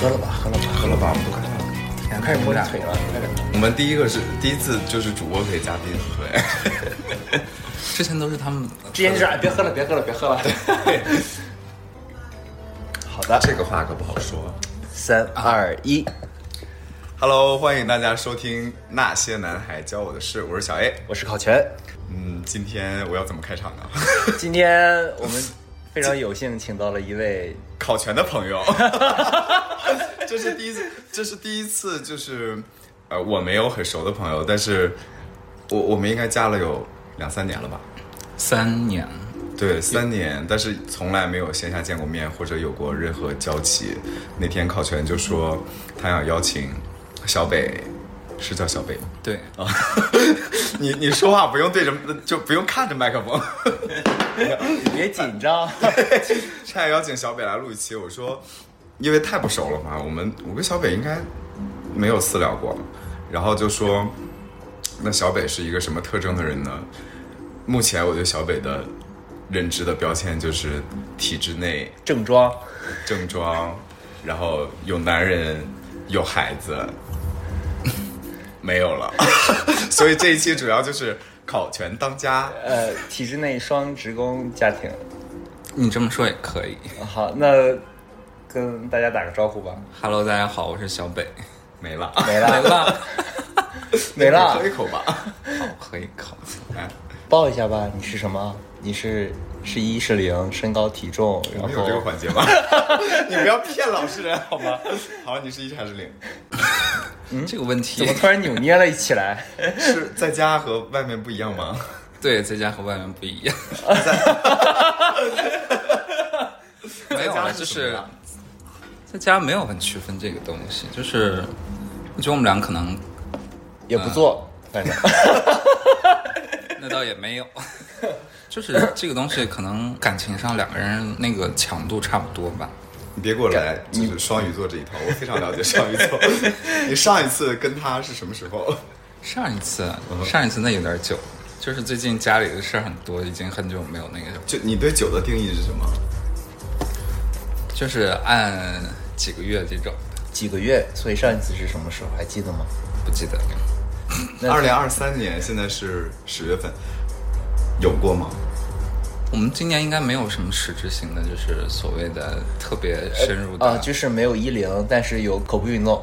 喝了吧，喝了吧，喝了吧，我们都快喝了。两开始摸俩腿了，快点。我们第一个是第一次就是主播陪嘉宾喝，之前都是他们。之前就是哎，别喝了，别喝了，别喝了。好的，这个话可不好说。三二一， Hello，欢迎大家收听《那些男孩教我的事》，我是小 A。我是烤全。嗯，今天我要怎么开场呢？今天我们非常有幸请到了一位，考全的朋友， 这是第一次，这是第一次，就是呃，我没有很熟的朋友，但是我我们应该加了有两三年了吧？三年，对，三年，但是从来没有线下见过面或者有过任何交集。那天考全就说他想邀请小北，是叫小北吗？对， 你你说话不用对着，就不用看着麦克风。别紧张，差点邀请小北来录一期，我说，因为太不熟了嘛，我们我跟小北应该没有私聊过，然后就说，那小北是一个什么特征的人呢？目前我对小北的认知的标签就是体制内正装。正装，然后有男人，有孩子，没有了， 所以这一期主要就是考全当家。呃，体制内双职工家庭。你这么说也可以。好，那跟大家打个招呼吧。 Hello，大家好，我是小北。没了，没了，来吧， 没了 喝 一。口吧。好，喝一口。来，报一下吧，你是什么？你是是一是零？身高体重？然我们有这个后环 节吗？你不要骗老实人好吗？好，你是一还是零？嗯这个问题怎么，突然扭捏了起来？是在家和外面不一样 吗？对，在家和外面不一 样。没有在了，家就什么是是呀在家没有很区分这个东西，就是我觉得我们俩可能也不 做，反正那倒也没有，就是这个东西可能感情上两个人那个强度差不多吧。你别给我来，就是双鱼座这一套，我非常了解双鱼 座。你上一次跟他是什么时候？上一次，嗯上一次那有点久，就是最近家里的事儿很多，已经很久没有那个就你对酒的定义是什么？就是按几个月这种，几个月。所以上一次是什么时候？还记得吗？不记得了。那二零二三年，现在是十月份，有过吗？我们今年应该没有什么实质性的，就是所谓的特别深入的。啊，就是没有一零，但是有口部运动。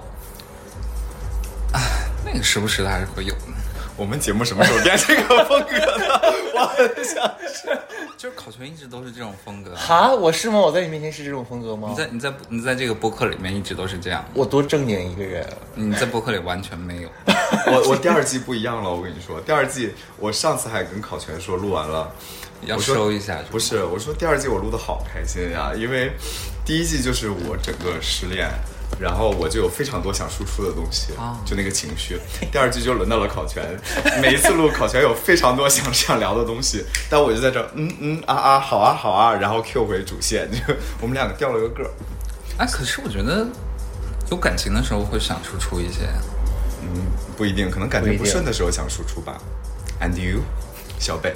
那个时不时的还是会有的。我们节目什么时候变这个风格的？我很想。就是考全一直都是这种风格啊。哈，我是吗？我在你面前是这种风格吗？你在你在你在这个播客里面一直都是这样，我多正经一个人，你在播客里完全没有。 我我第二季不一样了，我跟你说，第二季我上次还跟考全说录完了，要我说收一下是吧不是，我说第二季我录的好开心呀、因为第一季就是我整个失恋，然后我就有非常多想输出的东西，啊就那个情绪。第二季就轮到了考全， 每一次录考全有非常多想想聊的东西，但我就在这儿嗯嗯啊啊好啊好啊，然后 Q 回主线，就 我们两个掉了个个儿。哎，可是我觉得有感情的时候会想输出一些。嗯，不一定，可能感不情一不定顺的时候想输出吧。And you，小北。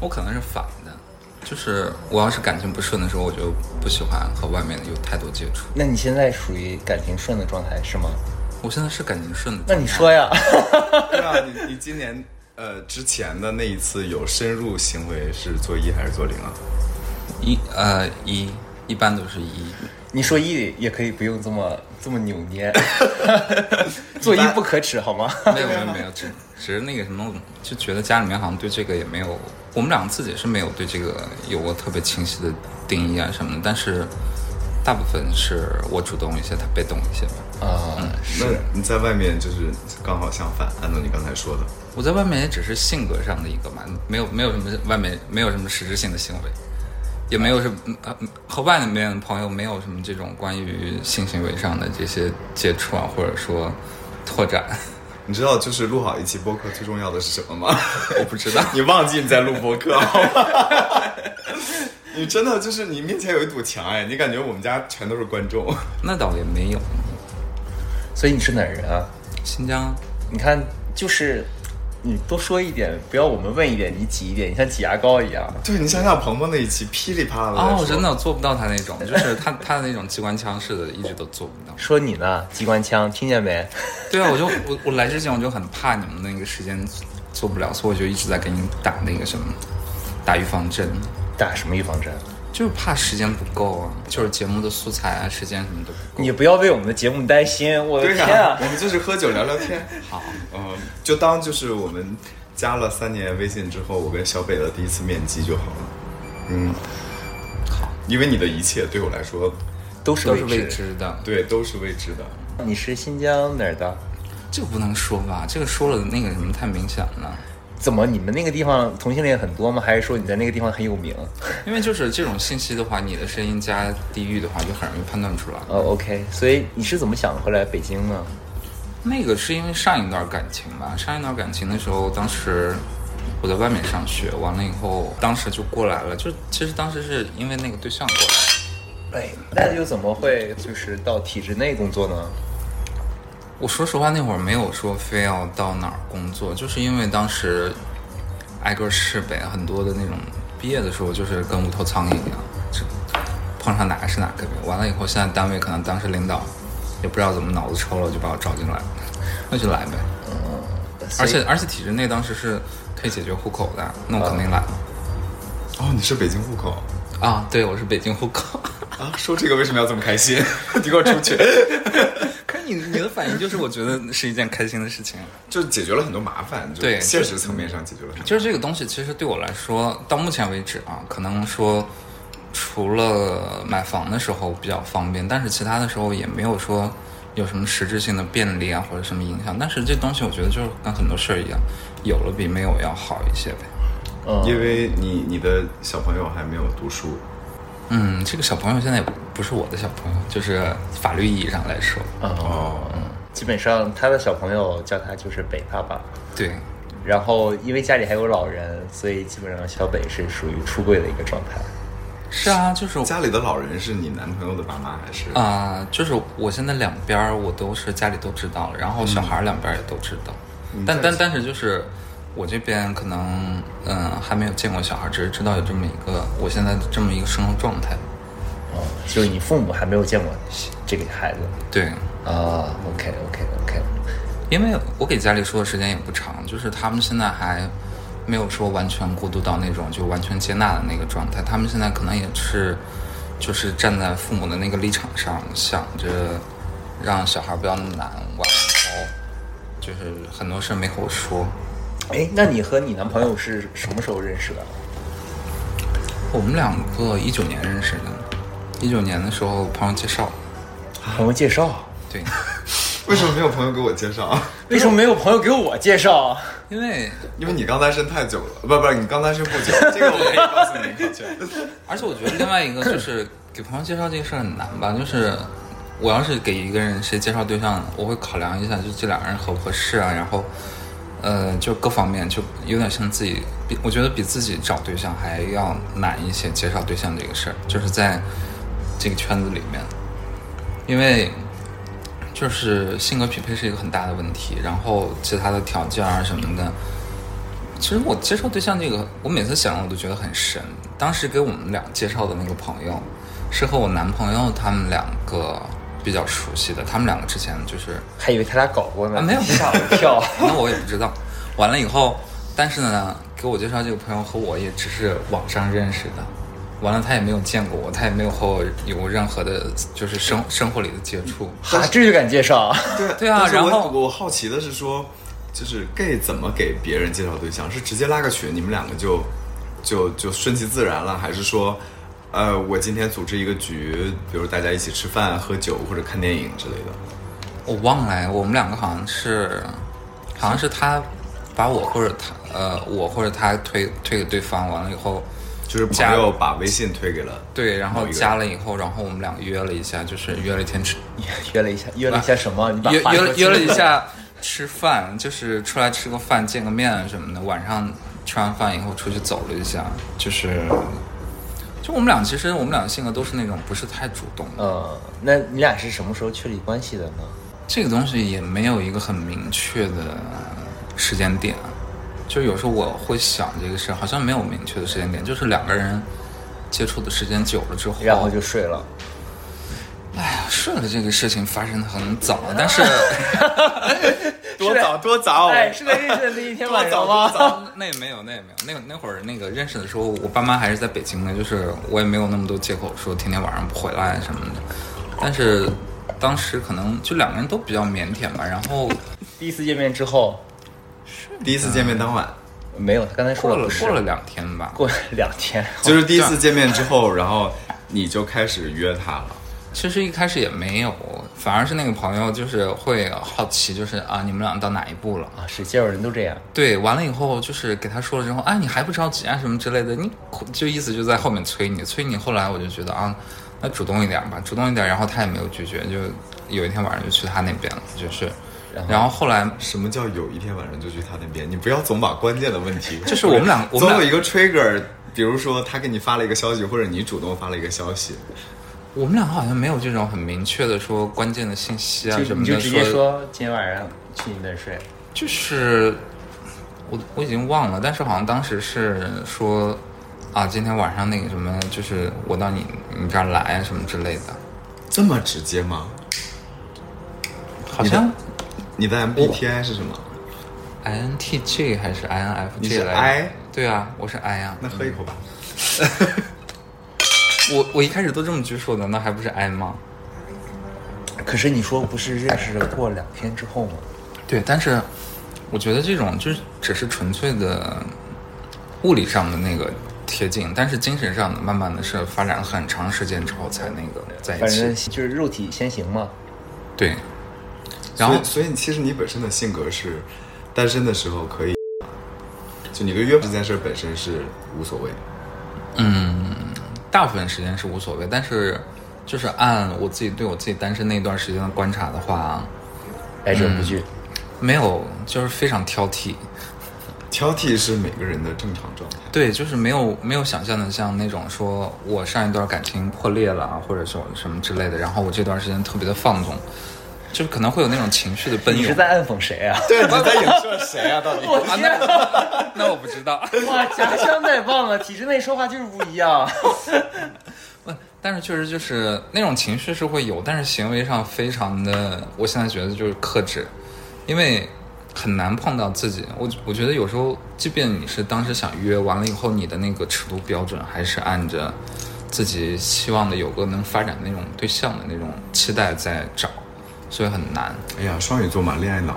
我可能是反的，就是我要是感情不顺的时候，我就不喜欢和外面有太多接触。那你现在属于感情顺的状态是吗？我现在是感情顺的，那你说呀， 对啊，你你今年呃之前的那一次有深入行为是做一还是做零啊？一呃一一般都是一，你说一也可以不用这么这么扭 捏，做一不可耻好吗？ 没有没有没有，只只是那个什么，就觉得家里面好像对这个也没有，我们俩自己是没有对这个有过特别清晰的定义啊什么的，但是大部分是我主动一些，他被动一些吧。啊，那你在外面就是刚好相反，按照你刚才说的，我在外面也只是性格上的一个嘛，没有没有什么外面没有什么实质性的行为，也没有什么呃和外面的朋友没有什么这种关于性行为上的这些接触啊，或者说拓展， 你知道就是录好一期播客最重要的是什么吗？ 我不知道。 你忘记你在录播客好吗？ 你真的就是你面前有一堵墙哎，你感觉我们家全都是观众。 那倒也没有，所以你是哪儿人啊？新疆你看，就是你多说一点，不要我们问一点，你挤一点，你像挤牙膏一样。对你想想鹏鹏那一期噼里啪啦的哦，真的我做不到他那种，就是 他他的那种机关枪式的，一直都做不到。说你呢，机关枪，听见没？对啊，我就我我来之前我就很怕你们那个时间做不了，所以我就一直在给你打那个什么打预防针，打什么预防针？就是怕时间不够啊，就是节目的素材啊、时间什么的不够。你不要为我们的节目担心，我的对天呀、啊！我们就是喝酒聊聊天。好，嗯，就当就是我们加了三年微信之后，我跟小北的第一次面基就好了。嗯，好，因为你的一切对我来说，都是都是未未。知的，对都是未知的。你是新疆哪儿的？这个不能说吧？这个说了那个什么太明显了。怎么你们那个地方同性恋很多吗？还是说你在那个地方很有名？因为就是这种信息的话，你的声音加地域的话，就很容易判断出来。哦，OK，所以你是怎么想回来北京呢？那个是因为上一段感情吧，上一段感情的时候，当时我在外面上学，完了以后，当时就过来了。就其实当时是因为那个对象过来，哎，那又怎么会就是到体制内工作呢？我说实话那会儿没有说非要到哪儿工作，就是因为当时挨个试呗，很多的那种毕业的时候就是跟无头苍蝇一样，就碰上哪个是哪个呗。完了以后，现在单位可能当时领导也不知道怎么脑子抽了，就把我招进来了，那就来呗。而且而且体制内当时是可以解决户口的，那我肯定来了。哦，你是北京户口啊，对，我是北京户口。啊？说这个为什么要这么开心？ 你给我出去！可是你你的反应就是，我觉得是一件开心的事情。就解决了很多麻烦，就对现实层面上解决了很多。就是这个东西，其实对我来说，到目前为止啊，可能说除了买房的时候比较方便，但是其他的时候也没有说有什么实质性的便利啊，或者什么影响。但是这东西，我觉得就是跟很多事儿一样，有了比没有要好一些呗。嗯，因为你你的小朋友还没有读书，嗯，这个小朋友现在也不是我的小朋友，就是法律意义上来说，哦，嗯基本上他的小朋友叫他就是北爸爸，对，然后因为家里还有老人，所以基本上小北是属于出柜的一个状态。是啊，就是我家里的老人是你男朋友的爸妈还是？啊、就是我现在两边儿我都是家里都知道了，然后小孩儿两边儿也都知道，但但但是就是我这边可能嗯、还没有见过小孩儿，只是知道有这么一个我现在这么一个生活状态。哦，就是你父母还没有见过这个孩子对，啊。OK OK OK，因为我给家里说的时间也不长，就是他们现在还没有说完全过渡到那种就完全接纳的那个状态，他们现在可能也是就是站在父母的那个立场上，想着让小孩不要那么难，完了以后就是很多事没和我说。哎，那你和你男朋友是什么时候认识的？我们两个一九年认识的，一九年的时候朋友介绍，朋友介绍？对，为什么没有朋友给我介绍？为什么没有朋友给我介绍？因为因为你刚单身太久了，不不，你刚单身不 久，这个我可以告诉你，康圈。而且我觉得另外一个就是给朋友介绍这个事儿很难吧，就是我要是给一个人谁介绍对象，我会考量一下，就这两个人合不合适啊，然后呃，就各方面就有点像自己比，我觉得比自己找对象还要难一些。介绍对象这个事儿，就是在这个圈子里面，因为就是性格匹配是一个很大的问题，然后其他的条件啊什么的。其实我介绍对象这个，我每次想我都觉得很神。当时给我们俩介绍的那个朋友，是和我男朋友他们两个比较熟悉的，他们两个之前就是还以为他俩搞过呢，啊没有吓我一 跳。那我也不知道。完了以后，但是呢，给我介绍这个朋友和我也只是网上认识的，完了他也没有见过我，他也没有和我有任何的，就是生生活里的接触。哈，这就敢介绍？对对啊但是然我后我好奇的是说，就是 gay 怎么给别人介绍对象？是直接拉个群，你们两个就就就顺其自然了，还是说，呃，我今天组织一个局，比如大家一起吃饭、喝酒或者看电影之类的？我忘了，我们两个好像是，好像是他把我或者他呃我或者他推推给对方，完了以后就是朋加友把微信推给了，对，然后某一个人加了以后，然后我们两个约了一下，就是约了一天吃 约了一下，约了一下什么？你把约话约说了清约楚了一下吃饭，就是出来吃个饭、见个面什么的。晚上吃完饭以后出去走了一下，就是就我们俩其实我们俩性格都是那种不是太主动的，嗯，那你俩是什么时候确立关系的呢？这个东西也没有一个很明确的时间点。啊就是有时候我会想这个事儿，好像没有明确的时间点，就是两个人接触的时间久了之后，然后就睡了。哎呀，睡了这个事情发生的很早，啊但是多早多早，啊哦哎，是在认识的那一天 晚上吗？那也没有，那也没有，那个那会儿那个认识的时候，我爸妈还是在北京的，就是我也没有那么多借口说天天晚上不回来什么的。但是当时可能就两个人都比较腼腆吧，然后第一次见面之后第一次见面当晚，没有，他刚才说过了了不是过了两天吧， 过了两天，就是第一次见面之后，然后你就开始约他了。其实一开始也没有，反而是那个朋友就是会好奇，就是啊，你们俩到哪一步了？ 啊，是介绍人都这样，对，完了以后就是给他说了之后，啊，你还不着急啊什么之类的，你就意思就在后面催你，催你。后来我就觉得啊，那主动一点吧，主动一点。然后他也没有拒绝，就有一天晚上就去他那边了，就是，然然后后后来什么叫有一天晚上就去他那边？你不要总把关键的问 题，就是我们俩我总们俩有一个 trigger，比如说他给你发了一个消息，或者你主动发了一个消息，我们两个好像没有这种很明确的说关键的信息啊就什你么就的，直接说今天晚上去你那儿睡，就是我我已经忘了，但是好像当时是说啊，今天晚上那个什么，就是我到你你这儿来啊什么之类的，这么直接吗？好像你的 MBTI 是什么？ INTJ 还是 INFJ 你是来着 I？对啊，我是 I 啊。那嗯喝一口吧。我我一开始都这么去说的，那还不是 I 吗？可是你说不是认识了过两天之后吗？对，但是我觉得这种就是只是纯粹的物理上的那个贴近，但是精神上的慢慢的是发展了很长时间之后才那个在反一正起。就是肉体先行嘛。对，然后所以所以你其实你本身的性格是，单身的时候可以，就你对约会这件事本身是无所谓的。大部分时间是无所谓，但是就是按我自己对我自己单身那段时间的观察的话，来者不拒，没有就是非常挑剔。挑剔是每个人的正常状态。对，就是没有没有想象的像那种说我上一段感情破裂了啊，或者说什么之类的，然后我这段时间特别的放纵，就是可能会有那种情绪的奔你涌是。在暗讽谁啊？对，你在影射谁啊？到底？ 我天啊， 那我不知道， 哇，家乡太棒了，体制内说话就是不一样。不但是确实就是那种情绪是会有，但是行为上非常的，我现在觉得就是克制，因为很难碰到自己。我我觉得有时候，即便你是当时想约完了以后，你的那个尺度标准还是按着自己希望的有个能发展那种对象的那种期待在找，所以很难。 哎呀，双鱼座嘛，恋爱脑。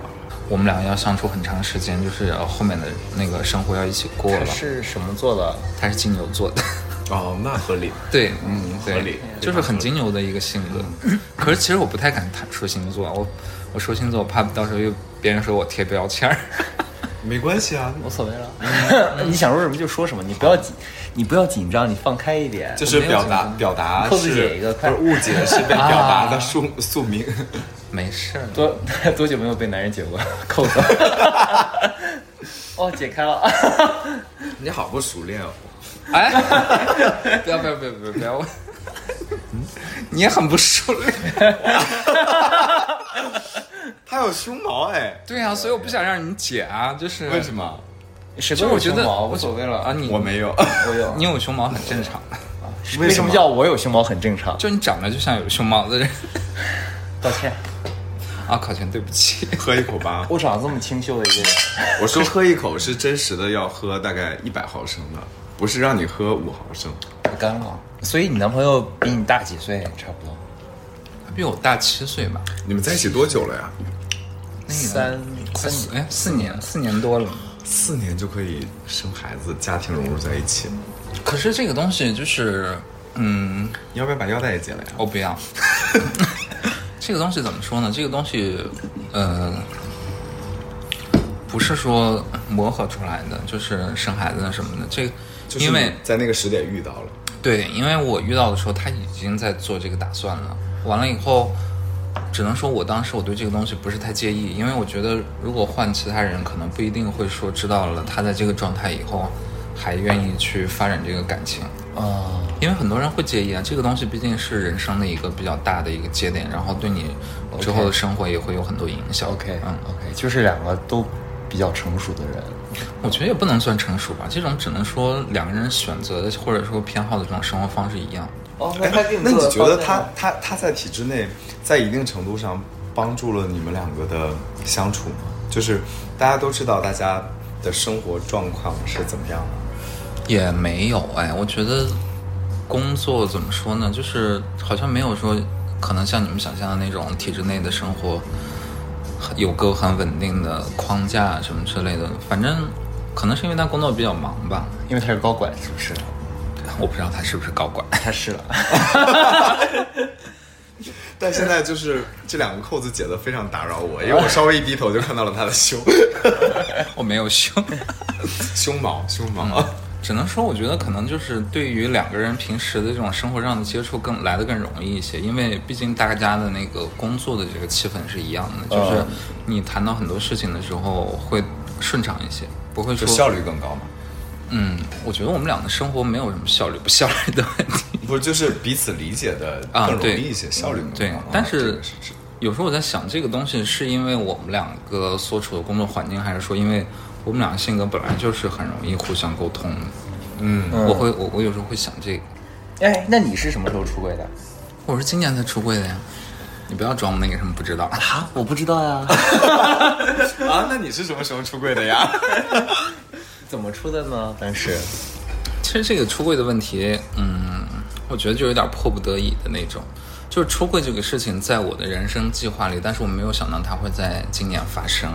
我们两个要相处很长时间，就是后面的那个生活要一起过了。是什么做的？他是金牛座的。哦，那合理。对，嗯，对合理就是很金牛的一个性格。可是其实我不太敢谈说星座，我我说星座，我怕到时候又别人说我贴标签儿。 没关系啊，无所谓了， 你想说什么就说什么，你不要紧，你不要紧张，你放开一点。就是表达表达扣子是姐一个啊不快是误解是被表达的宿宿命。 没事儿，多 多久没有被男人解过 扣子？哦，解开了。你好不熟练哦。哎，不要不要不要不要不要， 你也很不熟 练。他有胸毛哎，对啊，所以我不想让你解啊，就是为什？么？ 谁就是都有我觉胸得毛，无所谓了啊，。你我没有。 我有，你有胸毛很正常，为什为什么么叫我有胸毛很正常？就你长得就像有胸毛的人 道歉，啊，考全对不起。喝一口吧。我长得这么清秀的一个人，我说喝一口是真实的，要喝大概一百毫升的，不是让你喝五毫升。我干了。所以你男朋友比你大几岁？差不多他比我大七岁吧，你们在一起多久了呀？那个三快三四哎四年四年多了。四年就可以生孩子，家庭融入在一起。可是这个东西就是，嗯，你要不要把腰带也解了呀？哦我不要。 这个东西怎么说呢？这个东西，呃，不是说磨合出来的，就是生孩子啊什么的。这个，就是因为你在那个时点遇到了，对，因为我遇到的时候，他已经在做这个打算了。完了以后，只能说我当时我对这个东西不是太介意，因为我觉得如果换其他人，可能不一定会说知道了他在这个状态以后，还愿意去发展这个感情。啊，因为很多人会介意啊，这个东西毕竟是人生的一个比较大的一个节点，然后对你之后的生活也会有很多影响。 OK 嗯， OK，就是两个都比较成熟的人，我觉得也不能算成熟吧，这种只能说两个人选择的或者说偏好的这种生活方式一样。哦，那他给那你你做的觉得方他向他他在体制内，在一定程度上帮助了你们两个的相处吗？就是大家都知道大家的生活状况是怎么样的，也没有哎，我觉得工作怎么说呢，就是好像没有说可能像你们想象的那种体制内的生活，很有个很稳定的框架什么之类的。反正可能是因为他工作比较忙吧，因为他是高管，是不是？我不知道他是不是高管。他是了，但现在就是这两个扣子解得非常打扰我，因为我稍微一低头就看到了他的 胸我没有胸，胸毛胸毛。只能说我觉得可能就是对于两个人平时的这种生活上的接触更来的更容易一些，因为毕竟大家的那个工作的这个气氛是一样的，啊就是你谈到很多事情的时候会顺畅一些，不会就说效率更高嘛？嗯，我觉得我们俩的生活没有什么效率不效率的问题。不是，就是彼此理解的啊更容对易一些，效率更高。嗯对啊，但这个是是是有时候我在想，这个东西是因为我们两个所处的工作环境，还是说因为我们俩的性格本来就是很容易互相沟通的？嗯我会，我我有时候会想这个。哎，那你是什么时候出轨的？我是今年才出柜的呀，你不要装那个什么不知道。啊，我不知道呀、啊，那你是什么时候出柜的呀？ 怎么出的呢？但是，其实这个出柜的问题，嗯，我觉得就有点迫不得已的那种。就是出柜这个事情，在我的人生计划里，但是我没有想到它会在今年发生。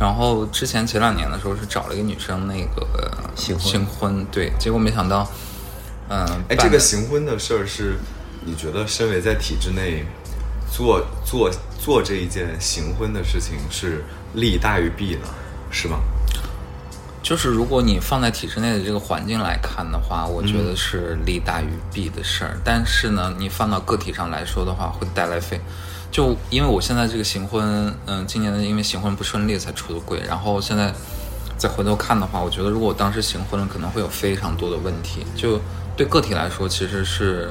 然后之前前两年的时候是找了一个女生那个新婚新婚，对，结果没想到，嗯、哎，办这个了行婚的事儿是，你觉得身为在体制内做做做这一件行婚的事情是利大于弊呢，是吗？就是如果你放在体制内的这个环境来看的话，我觉得是利大于弊的事儿。但是呢，你放到个体上来说的话，会带来非，就因为我现在这个行婚，嗯、今年的因为行婚不顺利才出的柜，然后现在再回头看的话，我觉得如果我当时行婚了，可能会有非常多的问题。就对个体来说，其实是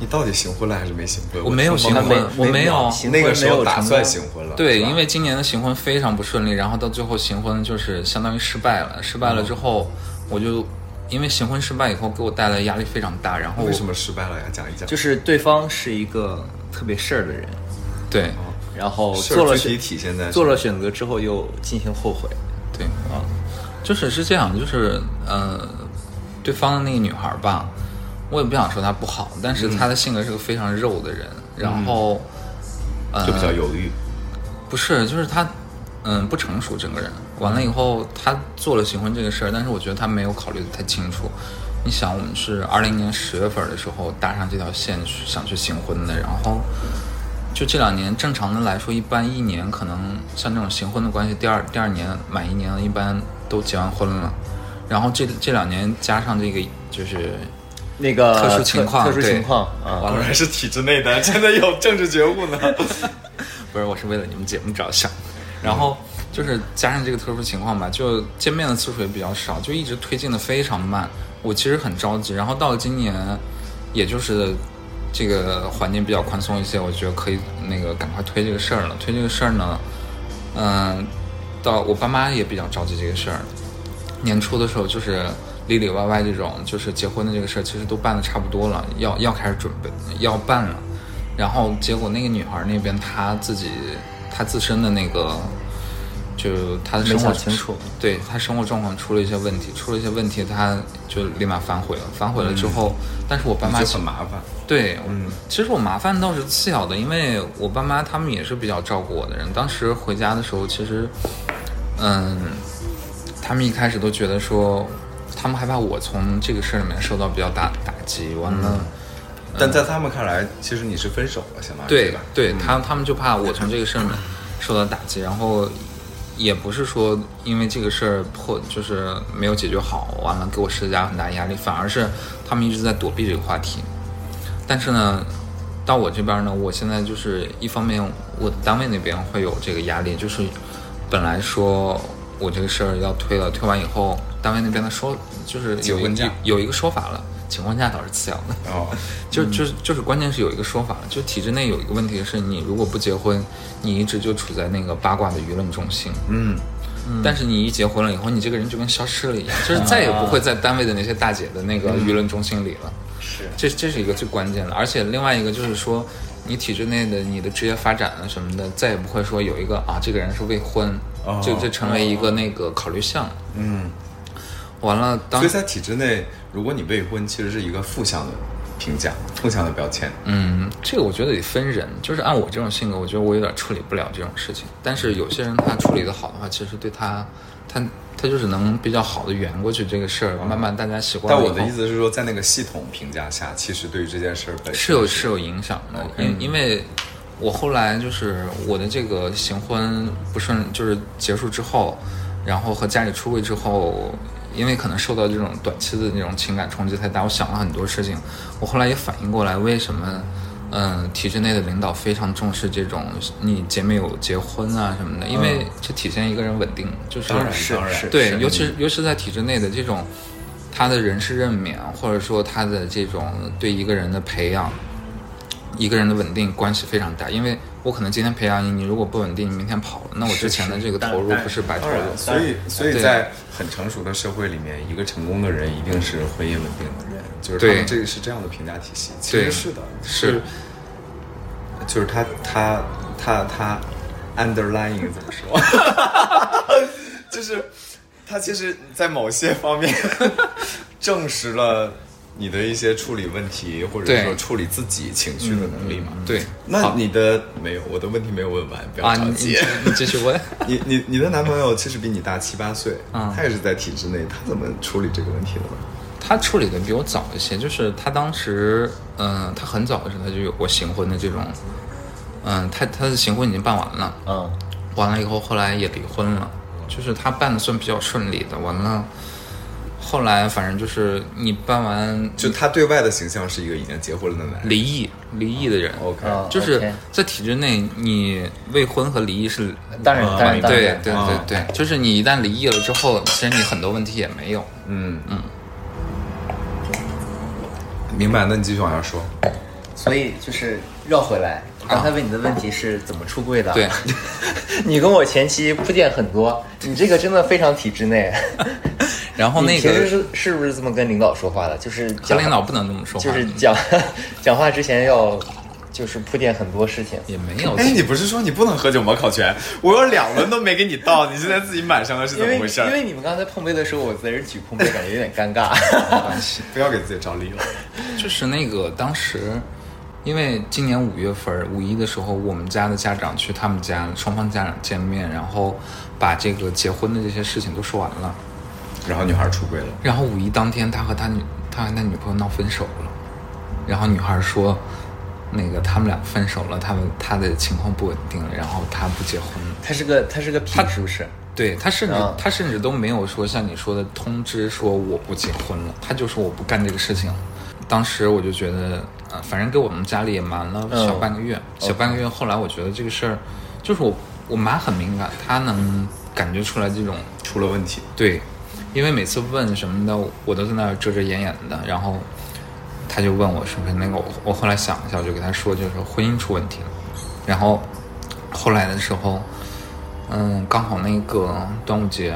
你到底行婚了还是没行婚？我没有他行妈婚没我没有行那个婚没时有候打成算功行婚了，对，是吧因为今年的行婚非常不顺利，然后到最后行婚就是相当于失败了。失嗯败了之后，我就因为行婚失败以后，给我带来压力非常大。然后我为什么失败了呀？讲一讲，就是对方是一个特别事儿的人，对然后事儿做了具体选体现在做了选择之后又进行后悔，对哦啊，就是是这样，就是呃，对方的那个女孩儿吧，我也不想说她不好，但嗯是她的性格是个非常肉的人，然后呃，就比较犹豫，不是，就是她嗯不成熟整个人。完了以后，她做了行婚这个事儿，但是我觉得她没有考虑的太清楚。你想，我们是二零年十月份的时候搭上这条线去想去行婚的，然后就这两年正常的来说，一般一年可能像这种行婚的关系，第二第二年满一年了，一般都结完婚了。然后这这两年加上这个就是那个特殊情况特殊对情况啊，果然是体制内的， 真的有政治觉悟呢。不是，我是为了你们节目着想。然后就是加上这个特殊情况吧，就见面的次数也比较少，就一直推进的非常慢。我其实很着急。然后到了今年，也就是这个环境比较宽松一些，我觉得可以那个赶快推这个事儿了。推这个事儿呢，嗯、到我爸妈也比较着急这个事儿。年初的时候就是里里外外这种，就是结婚的这个事儿，其实都办的差不多了，要要开始准备要办了。然后结果那个女孩儿那边她自己她自身的那个，就她的生活没想清楚，对她生活状况出了一些问题，出了一些问题，她就立马反悔了。反悔了之后，但是我爸 妈就其很麻烦，对，嗯，其实我麻烦倒是次要的，因为我爸妈他们也是比较照顾我的人。当时回家的时候，其实，嗯，他们一开始都觉得说，他们害怕我从这个事儿里面受到比较大打击，完了。但在他们看来，其实你是分手了，相当于对吧？对，他他们就怕我从这个事儿里面受到打击，然后也不是说因为这个事儿破就是没有解决好，完了给我施加很大压力，反而是他们一直在躲避这个话题。但是呢，到我这边呢，我现在就是一方面，我单位那边会有这个压力，就是本来说我这个事儿要推了，推完以后，单位那边的说就是有请一婚假有一个说法了，请婚假倒是次要的。哦，就就是就是，关键是有一个说法，就体制内有一个问题是，你如果不结婚，你一直就处在那个八卦的舆论中心。嗯，啊但是你一结婚了以后，你这个人就跟消失了一样，就是再也不会在单位的那些大姐的那个舆论中心里嗯了。是这这是一个最关键的，而且另外一个就是说，你体制内的你的职业发展啊什么的，再也不会说有一个啊，这个人是未婚，哦就就成为一个那个考虑项。嗯，完了，当所以在体制内，如果你未婚，其实是一个负向的评价，负向的标签。嗯，这个我觉得得分人，就是按我这种性格，我觉得我有点处理不了这种事情。但是有些人他处理的好的话，其实对他，他他就是能比较好的圆过去这个事儿，慢慢大家习惯但了以后。我的意思是说，在那个系统评价下，其实对于这件事儿本身是有是有影响的，嗯因因为我后来就是我的这个行婚不顺，就是结束之后，然后和家里出柜之后，因为可能受到这种短期的那种情感冲击太大，我想了很多事情。我后来也反应过来，为什么嗯体制内的领导非常重视这种你姐妹有结婚啊什么的，因为这体现一个人稳定，就是嗯当然是当然是对，尤其是尤其是在体制内的这种，他的人事任免，或者说他的这种对一个人的培养，一个人的稳定关系非常大。因为我可能今天培养你，你如果不稳定，你明天跑了，那我之前的这个当投入当然不是白投当入。然，所以所以对在很成熟的社会里面，一个成功的人一定是婚姻稳定的人，就是他对们这个是这样的评价体系，其对实是的， 是，就是他他他他 underlying 怎么说？ 就是他其实，在某些方面证实了你的一些处理问题，或者对嗯说处理自己情绪的能力嘛。对那你的没有，我的问题没有问完，不要啊，着你急你。你继续问。你你你的男朋友其实比你大七八岁，嗯他也是在体制内，他怎么处理这个问题的呢？他处理的比我早一些，就是呃他当时，嗯、他很早的时候他就有过行婚的这种，嗯、他他的行婚已经办完了，嗯，完了以后，后来也离婚了，就是他办的算比较顺利的。完了，后来反正就是你办完就他对外的形象是一个已经结婚了的男人。离异，离异的人，哦 OK，、啊就是，OK 在体制内，你未婚和离异是，当然啊当然当对然，对对啊对，就是你一旦离异了之后，其实你很多问题也没有。嗯嗯，明白。那你继续往下说。所以就是绕回来，我刚才问你的问题是怎么出柜的？啊对， 你跟我前妻铺垫很多，你这个真的非常体制内。 然后那你其实个是是不是这么跟领导说话的？就是和讲领导不能这么说话，就是讲 讲话之前要就是铺垫很多事情。也没有。哎，你不是说你不能喝酒吗？烤全， 我有两轮都没给你倒，你现在自己满上了是怎因么为回事？因为你们刚才碰杯的时候，我在这举碰杯，感觉有点尴尬。 不要给自己找理由。就是那个当时，因为今年五月份儿五一的时候，我们家的家长去他们家，双方家长见面，然后把这个结婚的这些事情都说完了。然后女孩出轨了，然后五一当天，他和他女他和他女朋友闹分手了，然后女孩说，那个他们俩分手了，他们他的情况不稳定了，然后他不结婚了。他是个他是个屁，是不是？对他甚至、啊他甚至都没有说像你说的通知说我不结婚了，他就说我不干这个事情了。当时我就觉得，呃，反正给我们家里也瞒了嗯小半个月，小半个月。后来我觉得这个事儿，就是我我妈很敏感，她能感觉出来这种出了问题。对，因为每次问什么的，我都在那儿遮遮掩掩的。然后他就问我是不是那个我，我后来想了一下，我就给他说就是婚姻出问题了。然后后来的时候，嗯，刚好那个端午节，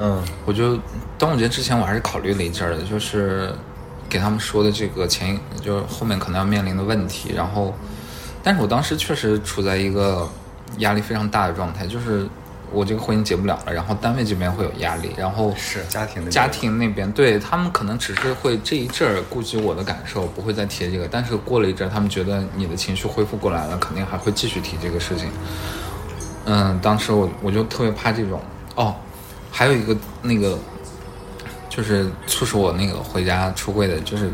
嗯我就端午节之前我还是考虑了一阵儿的，就是给他们说的这个前一，就是后面可能要面临的问题，然后，但是我当时确实处在一个压力非常大的状态，就是我这个婚姻结不了了，然后单位这边会有压力，然后是家庭的家庭那边对他们可能只是会这一阵儿顾及我的感受，不会再提这个，但是过了一阵儿，他们觉得你的情绪恢复过来了，肯定还会继续提这个事情，嗯，当时我我就特别怕这种哦，还有一个那个就是促使我那个回家出柜的，就是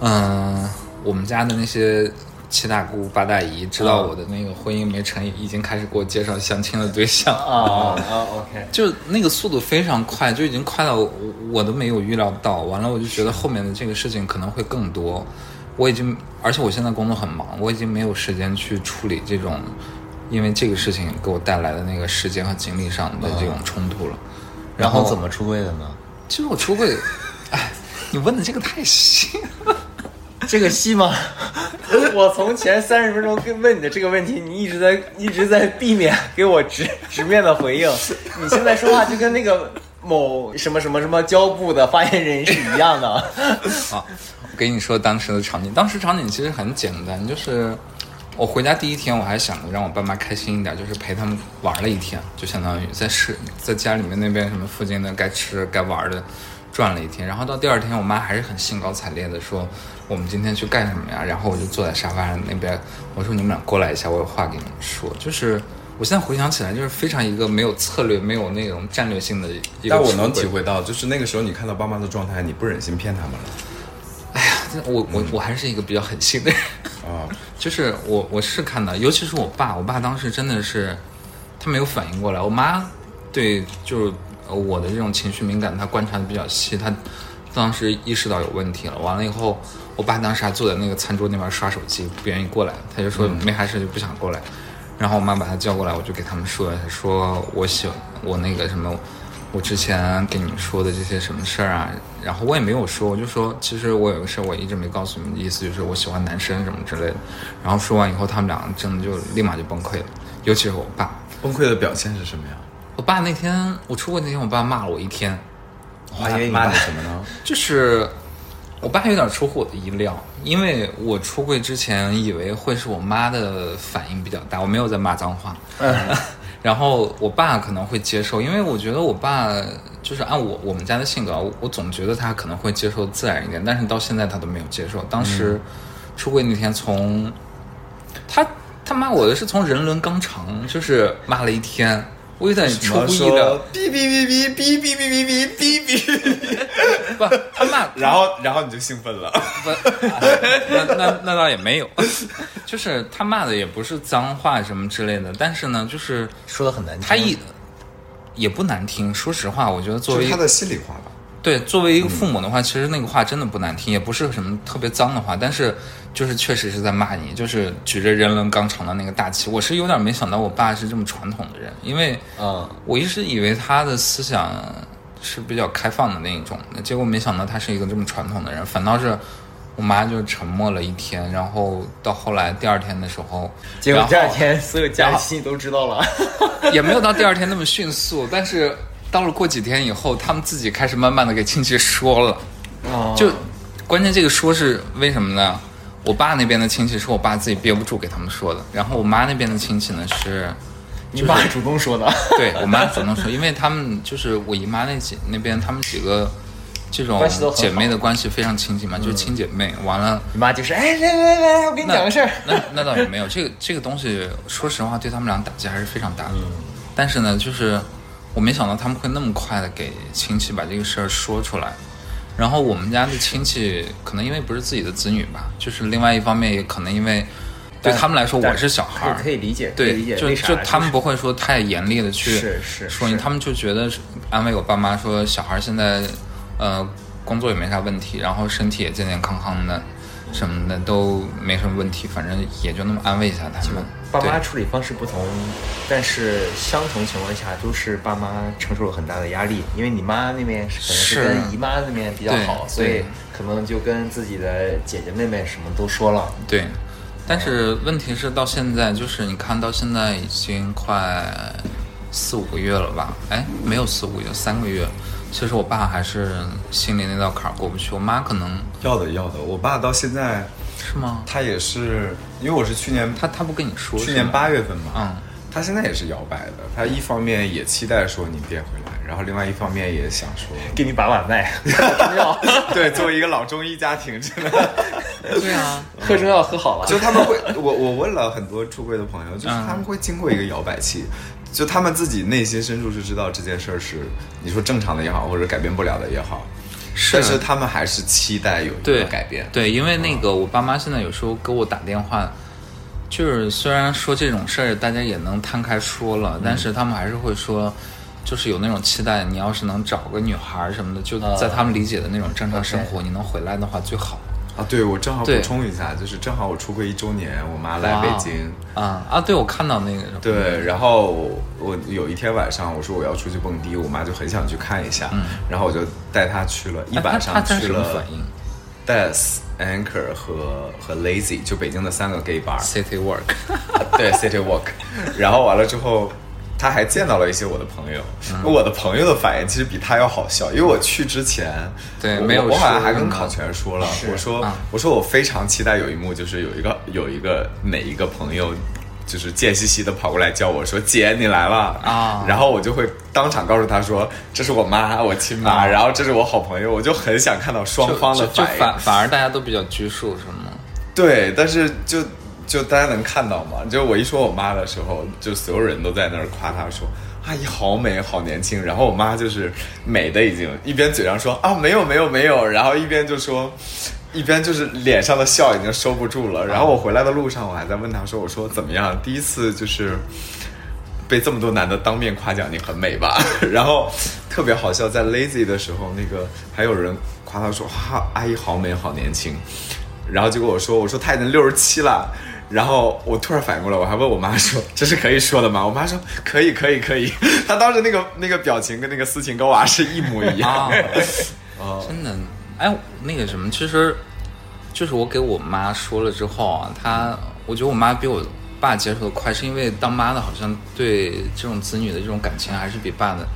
嗯、我们家的那些七大姑八大姨知道我的那个婚姻没成，已经开始给我介绍相亲的对象，啊啊，OK，就是那个速度非常快，就已经快到我我都没有预料到。完了，我就觉得后面的这个事情可能会更多。我已经，而且我现在工作很忙，我已经没有时间去处理这种，因为这个事情给我带来的那个时间和精力上的这种冲突了。然后怎么出柜的呢？其实我出柜，哎，你问的这个太细了。这个戏吗？ 我从前三十分钟跟问你的这个问题，你一直在一直在避免给我直 直面的回应。你现在说话就跟那个某什么什么什么交部的发言人是一样的。啊，我给你说当时的场景，当时场景其实很简单，就是我回家第一天，我还想着让我爸妈开心一点，就是陪他们玩了一天，就相当于在市在家里面那边什么附近的该吃该玩的转了一天，然后到第二天，我妈还是很兴高采烈的说我们今天去干什么呀？然后我就坐在沙发上那边，我说你们俩过来一下，我有话给你们说，就是。我现在回想起来，就是非常一个没有策略、没有那种战略性的一个。但我能体会到，就是那个时候你看到爸妈的状态，你不忍心骗他们了我我我还是一个比较狠心的人，啊、就是我我是看到，尤其是我爸，我爸当时真的是他没有反应过来。我妈对就是呃我的这种情绪敏感，她观察的比较细，她当时意识到有问题了。完了以后，我爸当时还坐在那个餐桌那边刷手机，不愿意过来，他就说没啥事就不想过来。然后我妈把他叫过来，我就给他们说一下，说我喜欢我那个什么。我之前跟你们说的这些什么事儿啊，然后我也没有说，我就说其实我有个事儿我一直没告诉你们，意思就是我喜欢男生什么之类的。然后说完以后，他们俩真的就立马就崩溃了，尤其是我爸。崩溃的表现是什么呀？我爸那天我出国那天，我爸骂了我一天，哇因为你骂爸骂你什么 呢？就是我爸有点出乎我的意料，因为我出柜之前以为会是我妈的反应比较大，我没有在骂脏话。 然后我爸可能会接受，因为我觉得我爸就是按我我们家的性格，我我总觉得他可能会接受自然一点，但是到现在他都没有接受。当时出柜那天从，他他骂我的是从人伦肛肠，就是骂了一天，我有点出乎意料。哔哔哔哔哔哔哔哔哔 哔哔，不，他骂然后然后你就兴奋了，不，啊 那那那倒也没有，就是他骂的也不是脏话什么之类的，但是呢，就是 说的很难听，他一也不难听。说实话，我觉得作为是一他个的嗯心里话吧。对作为一个父母的话，其实那个话真的不难听，也不是什么特别脏的话，但是就是确实是在骂你，就是举着人伦肛肠的那个大旗。我是有点没想到我爸是这么传统的人，因为嗯，我一直以为他的思想是比较开放的那一种，结果没想到他是一个这么传统的人，反倒是我妈就沉默了一天，然后到后来第二天的时候，结果第二然后天 所有家亲都知道了。也没有到第二天那么迅速，但是到了过几天以后，他们自己开始慢慢的给亲戚说了， 哦就关键这个说是为什么呢？我爸那边的亲戚是我爸自己憋不住给他们说的，然后我妈那边的亲戚呢是。你爸主动说的， 对我妈主动说，因为他们就是我姨妈那几那边，她们几个这种关系都很好姐妹的关系非常亲近嘛，就是亲姐妹。完了，你妈就说：“哎，来来来，我跟你那讲个事儿。那那倒也没有，这个这个东西，说实话，对他们俩打击还是非常大嗯的。但是呢，就是我没想到他们会那么快的给亲戚把这个事儿说出来。然后我们家的亲戚可能因为不是自己的子女吧，就是另外一方面也可能因为对但他们来说我但是小孩儿，可以理解，可以对理解，，就为啥就他们不会说太严厉的去是是说你，是他们就觉得是安慰我爸妈说小孩现在呃工作也没啥问题，然后身体也健健康康的，什么的都没什么问题，反正也就那么安慰一下他们。爸对妈处理方式不同，但是相同情况下都是爸妈承受了很大的压力，因为你妈那边是可能是是跟姨妈那边比较对好，对所以可能就跟自己的姐姐妹妹什么都说了。对，但是问题是到现在，就是你看到现在已经快四五个月了吧？哎，没有四五个月，三个月。其实我爸还是心里那道坎儿过不去，我妈可能要的要的，我爸到现在是吗？他也是，因为我是去年他他不跟你说，去是年吗八月份嘛，嗯他现在也是摇摆的。他一方面也期待说你别回来，然后另外一方面也想说， 给你把把脉，喝中药， 对，作为一个老中医家庭，真的， 对啊，喝中药喝好了。就他们会，我我问了很多出柜的朋友，就是他们会经过一个摇摆期，就他们自己内心深处是知道这件事儿是你说正常的也好，或者改变不了的也好，是但是啊他们还是期待有一个对改变。对，因为那个我爸妈现在有时候给我打电话，就是虽然说这种事儿大家也能摊开说了，但嗯是他们还是会说，就是有那种期待，你要是能找个女孩儿什么的，就嗯啊在他们理解的那种正常生活，你能回来的话最好。啊，对，我正好补对充一下，就是正好我出柜一周年，我妈来北京。啊啊！对，我看到那个对，嗯然后我我有一天晚上，我说我要出去蹦迪，我妈就很嗯想去看一下，然后我就带她去了，一哎晚他上他他去什么了反应？带四 Anchor 和和 Lazy，就北京的三个 gay bar， City Work， 对 City Walk，然后完了之后，他还见到了一些我的朋友，嗯我的朋友的反应其实比他要好笑，因为我去之前，对我没有我好像说还什跟么考全说了，我说、啊我说我非常期待有一幕，就是有一个有一个哪一个朋友。就是贱兮兮的跑过来叫我说：“姐，你来了啊然后我就会当场告诉他说：“这是我妈，我亲妈，然后这是我好朋友。”我就很想看到双方的啊就就反应。反反而大家都比较拘束，是吗？对，但是就就大家能看到嘛，就我一说我妈的时候，就所有人都在那儿夸她说。阿姨好美，好年轻。然后我妈就是美的已经一边嘴上说啊没有没有没有，然后一边就说，一边就是脸上的笑已经收不住了。然后我回来的路上，我还在问她说，我说怎么样？第一次就是被这么多男的当面夸奖你很美吧？ 然后特别好笑，在 Lazy 的时候，那个还有人夸她说哈、阿姨好美，好年轻。然后结果我说我说她已经六十七了。然后我突然反应过来，我还问我妈说：“这是可以说的吗？”我妈说：“可以，可以，可以。” 她当时那个那个表情跟那个斯琴高娃是一模一样 啊。哦真的，哎，那个什么，其实就是我给我妈说了之后啊，她，我觉得我妈比我爸接受的快，是因为当妈的好像对这种子女的这种感情还是比爸的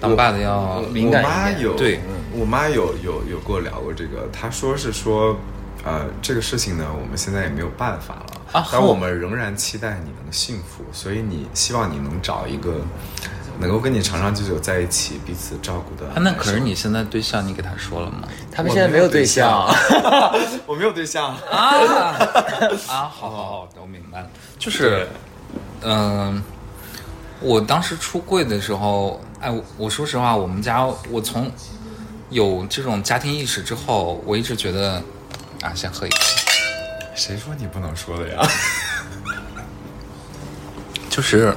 当爸的呃要敏感一啊我妈点有嗯对，我妈有有有跟我聊过这个，她说是说，呃，这个事情呢，我们现在也没有办法了，啊但后我们仍然期待你能幸福，所以你希望你能找一个能够跟你长长久久在一起、彼此照顾的啊男生。那可是你现在对象，你给他说了吗？他们现在没有对象，我没有对象，啊啊，好好好，我明白了，就是，嗯、我当时出柜的时候，哎，我我说实话，我们家我从有这种家庭意识之后，我一直觉得，啊，先喝一口，谁说你不能说 的呀？就是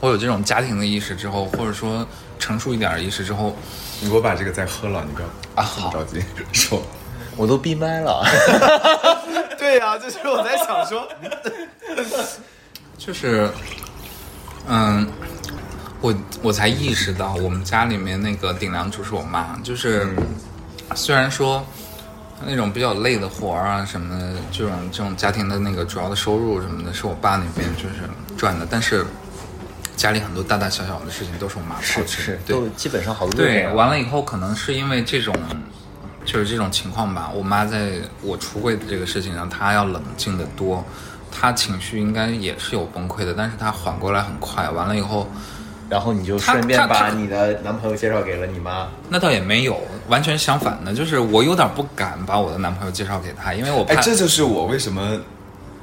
我有这种家庭的意识之后，或者说成熟一点的意识之后，你给我把这个再喝了，你不要啊这么好着急 说。 我都闭麦 了。对呀、就是我在想说，就是，嗯，我我才意识到，我们家里面那个顶梁柱是我妈，就是、虽然说那种比较累的活儿啊什么的，这种这种家庭的那个主要的收入什么的，是我爸那边就是赚的，但是家里很多大大小小的事情都是我妈操持，对都基本上好多都这啊对，样完了以后可能是因为这种，就是这种情况吧。我妈在我出柜的这个事情上，她要冷静的多，她情绪应该也是有崩溃的，但是她缓过来很快。完了以后，然后你就他顺便他他把你的男朋友介绍给了你妈。那倒也没有，完全相反的，就是我有点不敢把我的男朋友介绍给她，因为我哎，怕这就是我为什么，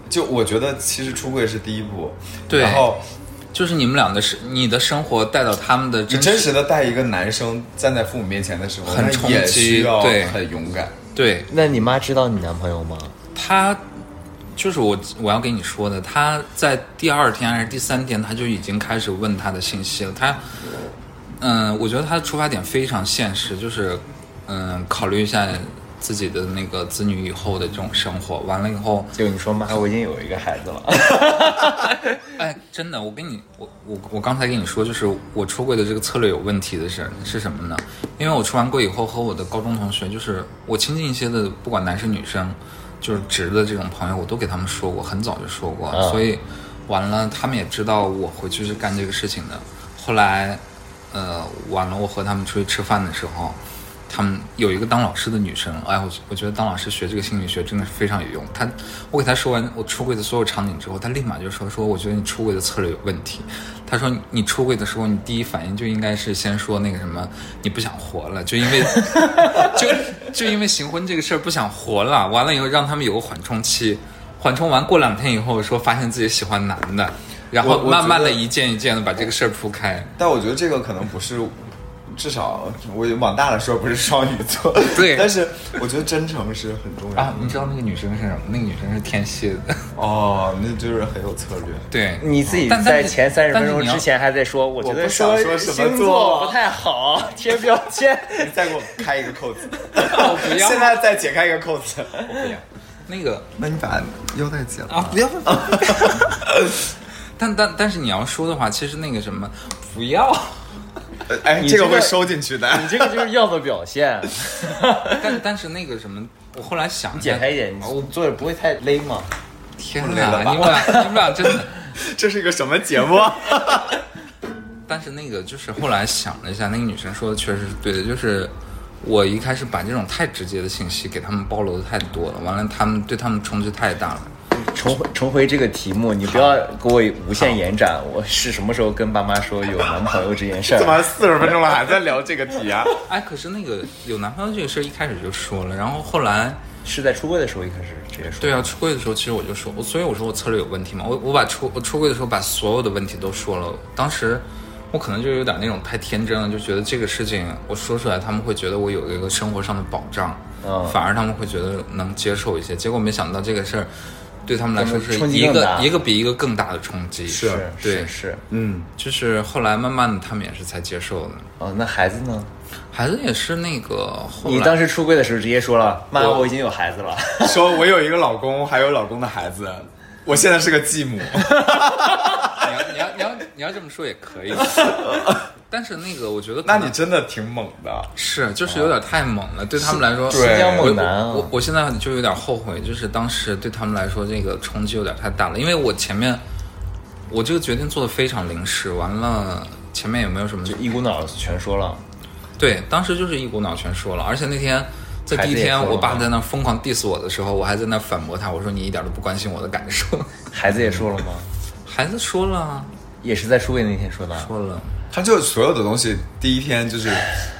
就我觉得其实出柜是第一步，对然后就是你们俩的生，你的生活带到他们的你真真实的带一个男生站在父母面前的时候，很那冲也击需要对很勇敢。对那你妈知道你男朋友吗？他就是我我要跟你说的，他在第二天还是第三天，他就已经开始问他的信息了。他，嗯、我觉得他的出发点非常现实，就是嗯、考虑一下自己的那个子女以后的这种生活。完了以后，就你说妈，我已经有一个孩子了。哎，真的，我跟你，我我我刚才跟你说，就是我出柜的这个策略有问题的是是什么呢？因为我出完柜以后，和我的高中同学，就是我亲近一些的，不管男生女生，就是直的这种朋友，我都给他们说过，很早就说过，啊所以完了，他们也知道我回去是干这个事情的。后来，呃，完了，我和他们出去吃饭的时候，他们有一个当老师的女生，哎，我我觉得当老师学这个心理学真的是非常有用。她，我给她说完我出柜的所有场景之后，她立马就说说，我觉得你出柜的策略有问题。她说你你出柜的时候，你第一反应就应该是先说那个什么，你不想活了，就因为 就就因为行婚这个事儿不想活了。完了以后让他们有个缓冲期，缓冲完过两天以后说发现自己喜欢男的，然我后我觉慢慢的得一件一件的把这个事儿铺开。但我觉得这个可能不是，至少我往大了说不是双鱼座，对但是我觉得真诚是很重要的。啊，你知道那个女生是什么？那个女生是天蝎的，哦，那就是很有策略。 对，你自己但在但是前三十但分是钟你要之前还在说，我觉我得不想说什么星座座不太好， 贴标 签。你 再给我开一个扣 子，我不要现在再解开一个扣子。 那个 那你把腰带解了啊，不要。 但但但是你要说的话，其实那个什么，不要， 呃哎，你这个这个会收进去的。你这个就是要的表 现。但但是那个什么，我后来想，解开一点，哦你坐着不会太勒吗？天我累哪，了吧你们俩你们俩真的。这是一个什么节目？啊但是那个就是后来想了一下，那个女生说的确实是对的，就是我一开始把这种太直接的信息给他们暴露的太多了，完了他们对他们冲击太大了。重回重回这个题目，你不要给我无限延展。我是什么时候跟爸妈说有男朋友这件事 怎儿？么四十分钟了还在聊这个题啊？哎，可是那个有男朋友这个事儿一开始就说了，然后后来是在出柜的时候一开始直接说。对啊，出柜的时候其实我就说，我所以我说我策略有问题嘛，我我把出我出柜的时候把所有的问题都说了，当时我可能就有点那种太天真了，就觉得这个事情我说出来他们会觉得我有一个生活上的保障，嗯反而他们会觉得能接受一些，结果没想到这个事儿对他们来说是冲击一更个大一个比一个更大的冲击，是是对是是。嗯，就是后来慢慢的他们也是才接受的，哦，那孩子呢？孩子也是那个后你来当时出柜的时候直接说了，妈，我我已经有孩子了。 说我有一个老公，还有老公的孩子，我现在是个继母。 你要你要你要你要这么说也 可以，但是那个我觉得可那能你真的挺猛的。是，哦就是有点太猛了，对他们来说，对新疆猛男啊我我我现在就有点后悔，就是当时对他们来说这个冲击有点太大了，因为我前面我这个决定做的非常临时，完了前面也没有什么就一股脑儿全说了，对，当时就是一股脑全说了，而且那天在第一孩子也天说了啊我爸吗在那疯狂 diss 我的时候，我还在那反驳他，我说你一点都不关心我的感受。 孩子也说了吗？孩子说了啊，也是在出柜那天说的。啊说了。他就所有的东西，第一天就是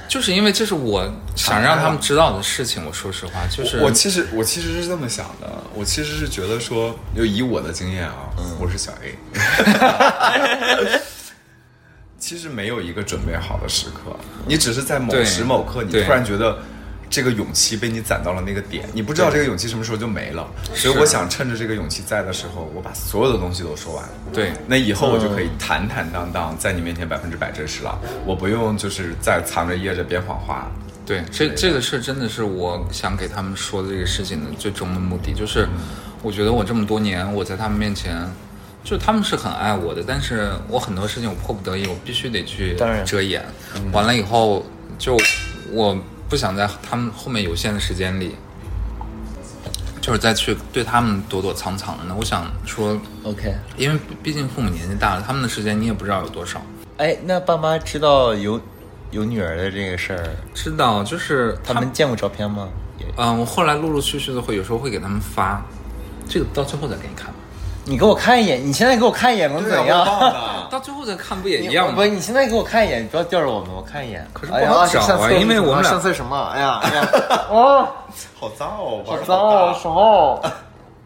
就是因为这是我想让他们知道的事情，我说实话，就是我我其实我其实是这么想的，我其实是觉得说，就以我的经验啊，嗯我是小 A，其实没有一个准备好的时刻，你只是在某对时某刻，你对突然觉得。这个勇气被你攒到了那个点，你不知道这个勇气什么时候就没了，所以是我想趁着这个勇气在的时候，我把所有的东西都说完。对那以后我就可以嗯坦坦荡荡在你面前百分之百真实了，我不用就是再藏着掖着编谎话。对，这这个事真的是我想给他们说的这个事情的最终的目的，就是我觉得我这么多年我在他们面前，就是他们是很爱我的，但是我很多事情我迫不得已，我必须得去当然嗯遮掩。完了以后，就我不想在他们后面有限的时间里，就是再去对他们躲躲藏藏的。我想说， OK，因为毕竟父母年纪大了，他们的时间你也不知道有多少。哎，那爸妈知道有有女儿的这个事儿，知道就是他们见过照片吗？也嗯，我后来陆陆续续的会有时候会给他们发，这个到最后再给你看吧。你给我看一眼，你现在给我看一眼能怎啊样？样？到最后再看不也你一样吗不，？你现在给我看一眼，你不要吊着我们，我看一眼。可是哎不好呀，找啊上厕所因为我们俩上厕所什么？哎 呀，哎呀，哦，好脏哦，好脏哦，什么？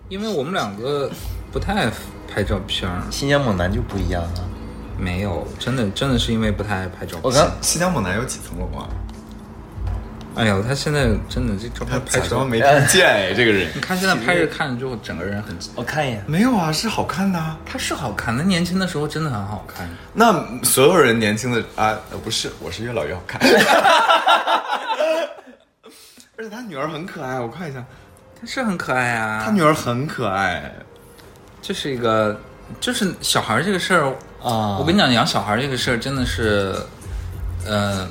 因为我们两个不太拍照片儿，新疆猛男就不一样了。没有，真的真的是因为不太爱拍照我片。刚新疆猛男有几层楼啊？哎呦，他现在真的这照他片假拍出装来，没听见哎，这个人你看现在拍着看着就整个人很，我看一 眼，没有啊，是好看的啊。他是好看，他年轻的时候真的很好看。那所有人年轻的啊，呃不是，我是越老越好看。 而且他女儿很可爱，我看一下，他是很可爱他啊，女儿很可爱。这是一个，就是小孩儿这个事儿啊我跟你讲，养小孩这个事儿真的是，呃，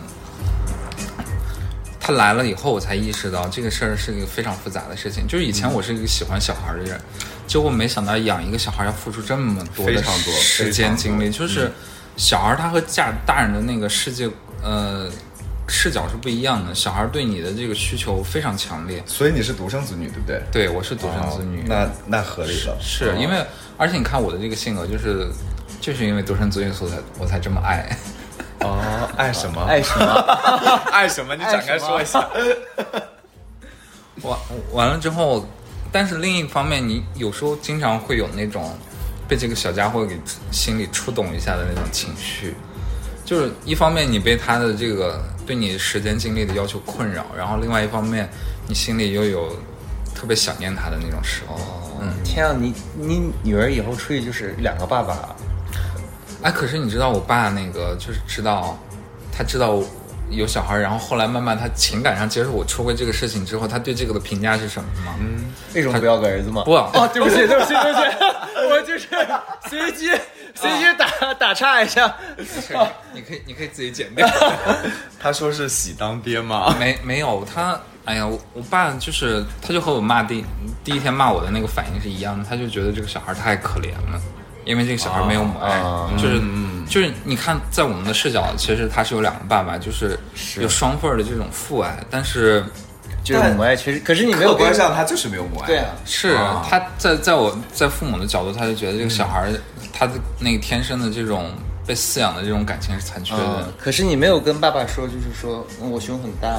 他来了以后，我才意识到这个事儿是一个非常复杂的事情。就是以嗯前我是一个喜欢小孩的人，结果没想到养一个小孩要付出这么多的非常多嗯时非间常多精力，就是小孩他和家大人的那个世界，呃。视角是不一样的，小孩对你的这个需求非常强烈。所以你是独生子女，对不对？对我是独生子女，哦那哦那合理了。是因为，而且你看我的这个性格，就是就是因为独生子女，所以才我才这么爱。哦，爱什么？哎爱什么？爱什么？你展开说一下。完完了之后，但是另一方面，你有时候经常会有那种被这个小家伙给心里触动一下的那种情绪，就是一方面你被他的这个对你时间精力的要求困扰，然后另外一方面你心里又有特别想念他的那种时候。嗯， 天啊，你你女儿以后出去就是两个爸爸，哎，可是你知道我爸那个就是知道，他知道有小孩儿，然后后来慢慢他情感上接受我出柜这个事情之后，他对这个的评价是什么吗？嗯。为什么不要个儿子吗？不哦，对不起，对不起，对不起，我就是随机所以就打打岔一下，你可以你可以自己 剪掉。 他说是喜当爹吗？没没有他，哎呀，我我爸就是，他就和我骂第第一天骂我的那个反应是一样的，他就觉得这个小孩太可怜了，因为这个小孩没有母爱，啊就是、就是你看，在我们的视角，其实他是有两个爸爸，就是有双份儿的这种父爱，但是就是母爱确实，可是你没有客观跟上他就是没有母爱。对啊，是啊他在在我在父母的角度，他就觉得这个小孩、他的那个天生的这种被饲养的这种感情是残缺的。嗯，可是你没有跟爸爸说，就是说嗯我胸很大。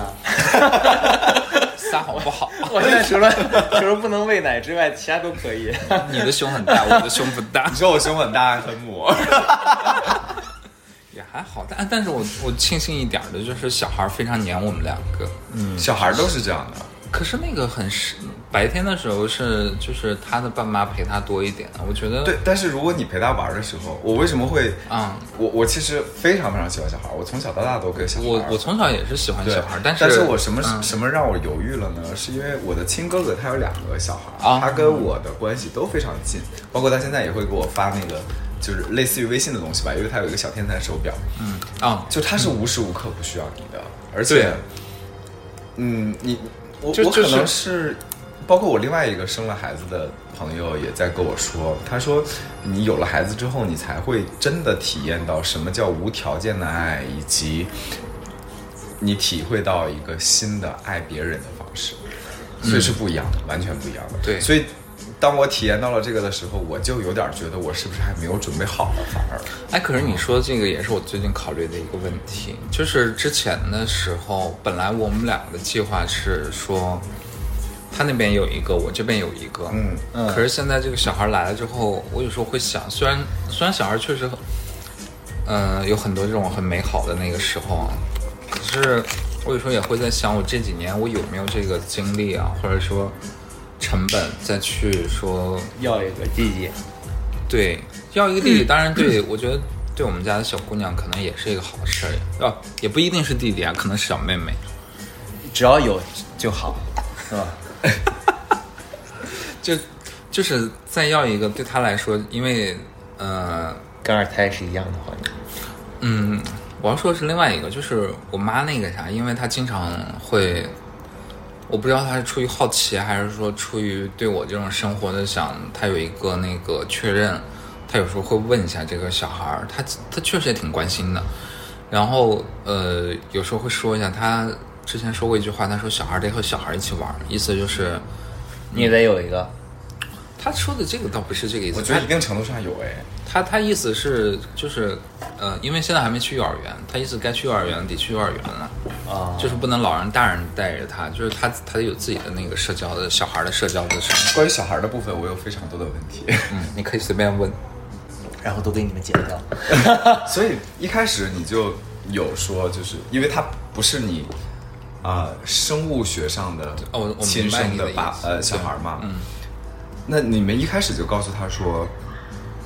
撒谎不好， 我现在除了除了不能喂奶之外，其他都可以。你的胸很大，我的胸不大你，说我胸很大很母，也还好。但但是我我庆幸一点的就是小孩非常黏我们两个。嗯小孩都是这样的。可是那个很是白天的时候是就是他的爸妈陪他多一点，啊我觉得对，但是如果你陪他玩的时候，我为什么会？啊、我我其实非常非常喜欢小孩，我从小到大都跟小孩。我我从小也是喜欢对小孩，但是是嗯我什么、什么让我犹豫了呢？是因为我的亲哥哥他有两个小孩，啊他跟我的关系都非常近，包括他现在也会给我发那个就是类似于微信的东西吧，因为他有一个小天才手表，嗯啊、就他是无时无刻不需要你的，而对且，嗯，你我就我就可是能是，包括我另外一个生了孩子的朋友也在跟我说，他说你有了孩子之后，你才会真的体验到什么叫无条件的爱，以及你体会到一个新的爱别人的方式，所以是不一样的，完全不一样的。嗯对所以。当我体验到了这个的时候，我就有点觉得我是不是还没有准备好了，反而哎，可是你说这个也是我最近考虑的一个问题，就是之前的时候，本来我们两个的计划是说，他那边有一个，我这边有一个，嗯嗯可是现在这个小孩来了之后，我有时候会想，虽然虽然小孩确实很，嗯，有很多这种很美好的那个时候啊，可是我有时候也会在想，我这几年我有没有这个精力啊，或者说成本再去说要一个弟弟，对，要一个弟弟，当然对我觉得对我们家的小姑娘可能也是一个好事儿，要也不一定是弟弟啊，可能是小妹妹。只要有就好，是吧？就就是再要一个，对她来说，因为呃跟二胎是一样的环境。嗯，我要说的是另外一个，就是我妈那个啥，因为她经常会，我不知道她是出于好奇，还是说出于对我这种生活的想，她有一个那个确认，她有时候会问一下这个小孩儿，她她确实也挺关心的，然后呃，有时候会说一下，她之前说过一句话，她说小孩儿得和小孩儿一起玩儿，意思就是，你得有一个，她说的这个倒不是这个意思，我觉得她一定程度上有哎，他他意思是就是，呃，因为现在还没去幼儿园，他意思该去幼儿园得去幼儿园了，啊就是不能老让大人带着他，就是他他有自己的那个社交的小孩的社交的生活，关于小孩的部分，我有非常多的问题，嗯，你可以随便问，然后都给你们剪掉。 所以一开始你就有说，就是因为他不是你啊、呃生物学上的哦我我亲明白生你的的意爸思呃对小孩嘛，嗯，那你们一开始就告诉他说，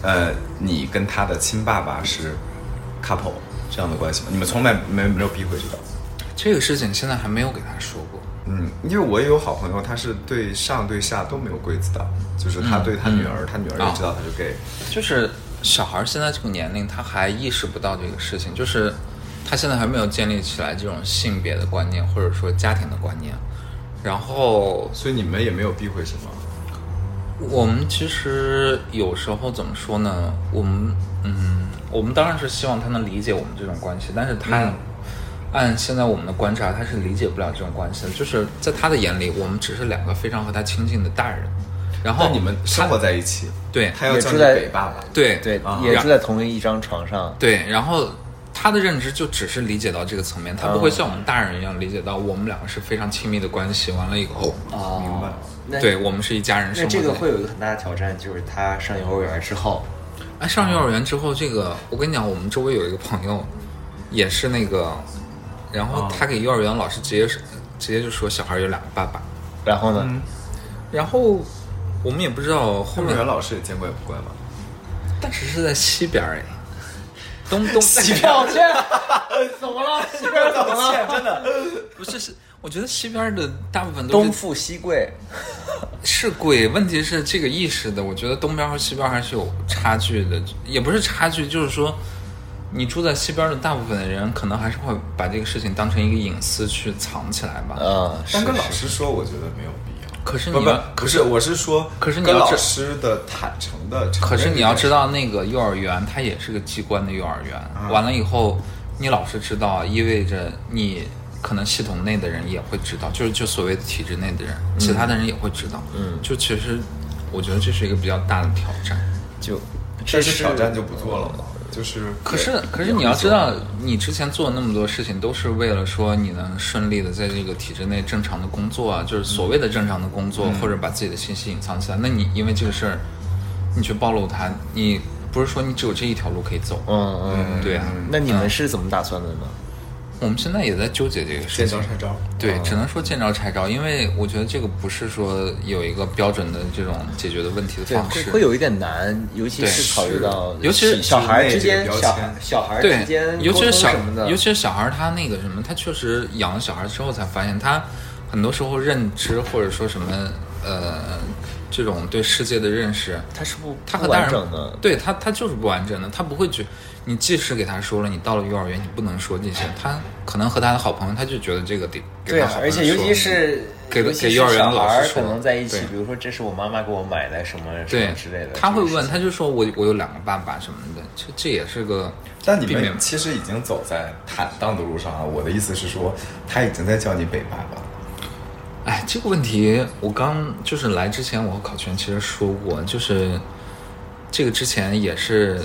呃，你跟他的亲爸爸是 couple 这样的关系吗？你们从来没没有逼回去的。这个事情现在还没有给他说过，嗯，因为我也有好朋友，他是对上对下都没有规则的，就是嗯他对他女儿，他女儿哦也知道他是 gay，、就是小孩现在这个年龄，他还意识不到这个事情，就是他现在还没有建立起来这种性别的观念，或者说家庭的观念，然后所以你们也没有逼回什么。我们其实有时候怎么说呢？我们嗯，我们当然是希望他能理解我们这种关系，但是他、按现在我们的观察，他是理解不了这种关系的。就是在他的眼里，我们只是两个非常和他亲近的大人。然后那你们生他活在一起，对他要也叫住你在北爸爸。对对，啊也住在同一张床上，对，然后他的认知就只是理解到这个层面，他不会像我们大人一样理解到我们两个是非常亲密的关系。完了以后，啊明白那对我们是一家人生那活在这一起。个会有一个很大的挑战，就是他上幼儿园之后，哎，上幼儿园之后，这个我跟你讲，我们周围有一个朋友，也是那个，然哦后他给幼儿园老师直接是直接就说小孩有两个爸爸，然后呢，嗯然后我们也不知道后幼儿面，园老师也见怪不怪嘛。但是是在西边儿哎，东东西道歉，怎么了？道歉，真的。不是是，我觉得西边的大部分都东是富西贵，是贵，问题是这个意识的，我觉得东边和西边还是有差距的，也不是差距，就是说，你住在西边的大部分的人，可能还是会把这个事情当成一个隐私去藏起来吧。嗯，但跟老师说，我觉得没有必要。可是不你不要，不是，我是说，可是你要跟知老师的坦诚的，可是你啊要知，道，那个幼儿园它也是个机关的幼儿园，完了以后，你老师知道，啊意味着你可能系统内的人也会知道，就是就所谓的体制内的人，其他的人也会知道。嗯，就其实我觉得这是一个比较大的挑战。就这这是是挑战就不做了嘛，就是。可是，可是你要知道，你之前做的那么多事情，都是为了说你能顺利的在这个体制内正常的工作啊，就是所谓的正常的工嗯作，或者把自己的信息隐藏起来。那你因为这个事儿，你去暴露它，你不是说你只有这一条路可以走？嗯嗯，对啊，那你们是怎么打算的呢？我们现在也在纠结这个事见情招。拆招，啊对，只能说见招拆招，因为我觉得这个不是说有一个标准的这种解决的问题的对，方会式。会有一点难，尤其是对考虑到，是尤其是小孩之间体制内这个标，小签孩小孩对之间，尤其沟是通小什么，的，尤其是小孩儿，他那个什么，他确实养了小孩之后才发现，他很多时候认知或者说什么呃，这种对世界的认识，他是不他不和大完人整的，对他他就是不完整的，他不会去。你即使给他说了，你到了幼儿园你不能说这些，他可能和他的好朋友，他就觉得这个得给对他啊好，朋而友且尤说其是给尤给其是幼儿园的小老孩师说可能在一起，对比如说这是我妈妈给我买的什么什对么之类的，他会这种问，事他就说我我有两个爸爸什么的，这这也是个但你避免们其实已经走在坦荡的路上啊。我的意思是说，他已经在叫你北爸爸了。哎，这个问题我刚就是来之前，我和考全其实说过，就是这个之前也是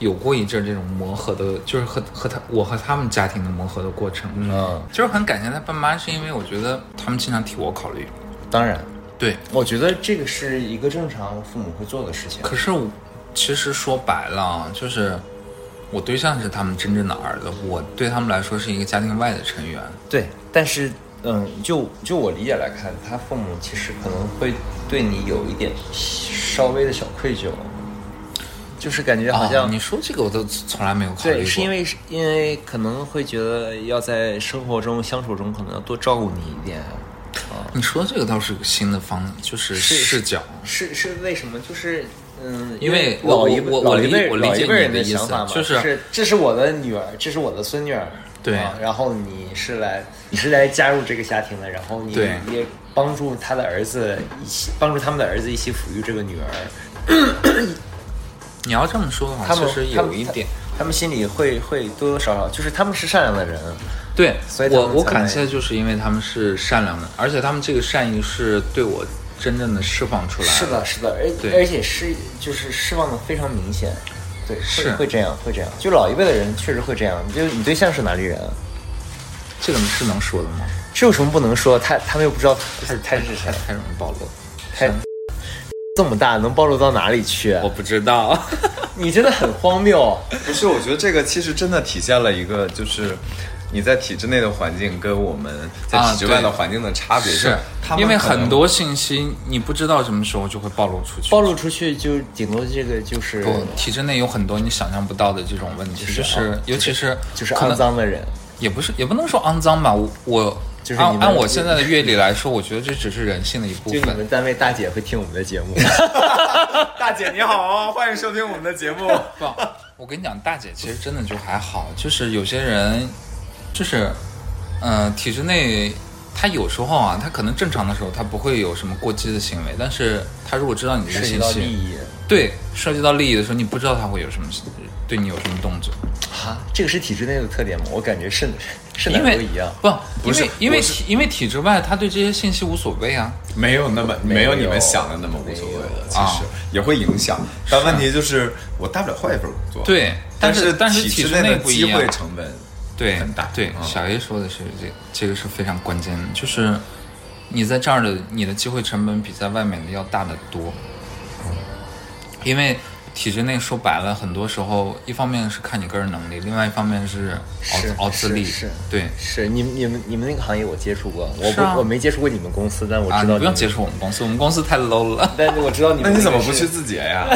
有过一阵这种磨合的，就是和和他我和他们家庭的磨合的过程。情嗯，就是很感谢他爸妈，是因为我觉得他们经常替我考虑。当然，对，我觉得这个是一个正常父母会做的事情。可是我其实说白了啊，就是我对象是他们真正的儿子，我对他们来说是一个家庭外的成员。对，但是，嗯，就就我理解来看，他父母其实可能会对你有一点稍微的小愧疚，就是感觉好像、啊你说这个我都从来没有考虑过。对，是因为是因为可能会觉得要在生活中相处中可能要多照顾你一点，啊，你说这个倒是个新的方，就是是视角。是是为什么？就是。嗯，因为我老一辈我我老一理辈我理老解一辈人你的意思想法嘛，就是是这是我的女儿，这是我的孙女儿，对啊然后你是来你是来加入这个家庭的，然后你对也帮助他的儿子一起帮助他们的儿子一起抚育这个女儿，你要这么说的话，他们确实有一点。他们，他们心里会会多多少少就是他们是善良的人，对，所以他我们我才感谢，就是因为他们是善良的，而且他们这个善意是对我真正的释放出来。是，的，是的，而对而且是就是释放的非常明显，对，会是会这样，会这样。就老一辈的人确实会这样。就你对象是哪里人？这个是能说的吗？这有什么不能说？他他们又不知道他他是谁，太容易暴露。他这么大能暴露到哪里去？我不知道，你真的很荒谬。不是，我觉得这个其实真的体现了一个，就是你在体制内的环境跟我们在啊体制外对的环境的差别是他们因为可能很多信息你不知道什么时候就会暴露出去。暴露出去就顶多这个就是不，体制内有很多你想象不到的这种问题，是就啊是尤其是就是可肮能脏的人，也不是，也不能说肮脏吧。我我就是你按们按我现在的阅历来说，我觉得这只是人性的一部就你分。们单位大姐会听我们的节 目。大姐你好，欢迎收听我们的节目。不，我跟你讲，大姐其实真的就还好，就是有些人，就是，嗯、体制内，他有时候啊，他可能正常的时候他不会有什么过激的行为，但是他如果知道你这涉个及信到利息，益对，涉及到利益的时候，你不知道他会有什么对你有什么动作，啊，这个是体制内的特点吗？我感觉是是哪因都为一样。不，不因是为因为我是体因为体制外，他对这些信息无所谓啊。没有那么没有有你们想的那么无所谓了，其啊实也会影响。但问题就是，我大不了换一份工作。对但但是但是体体制制内的不机一样会成本对很大对，嗯小 A 说的是啊这个，这个是非常关键的，就是你在这儿的你的机会成本比在外面的要大得多，因为体制内说白了，很多时候一方面是看你个人能力，另外一方面是熬是熬资历，是是哦对是你们你们你们那个行业我接触过，我是不、啊我没接触过你们公司，但我啊，知你道不用们接触我们公司，我们公司太 low 了，但是我知道你那们你怎么个不去是字节 呀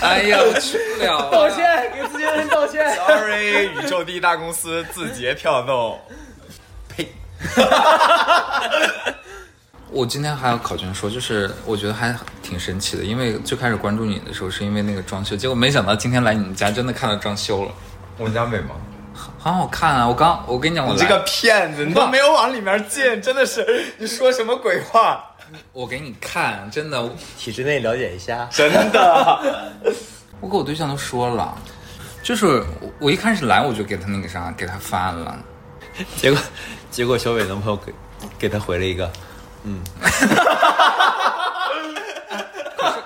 哎呀，我去不了了，道歉？给自己人道歉。 ？Sorry，宇宙第一大公司字节跳动。呸！ 我今天还有考卷说，就是我觉得还挺神奇的，因为最开始关注你的时候是因为那个装修，结果没想到今天来你们家真的看到装修了，我们家美吗？很好看啊！我刚我跟你讲，我你来这个骗子，你都没有往里面进，真的是你说什么鬼话？我给你看，真的，我体制内了解一下，真的，我给我对象都说了，就是我我一开始来我就给他那个啥，给他发了， 结果结果小伟男朋友给给他回了一个，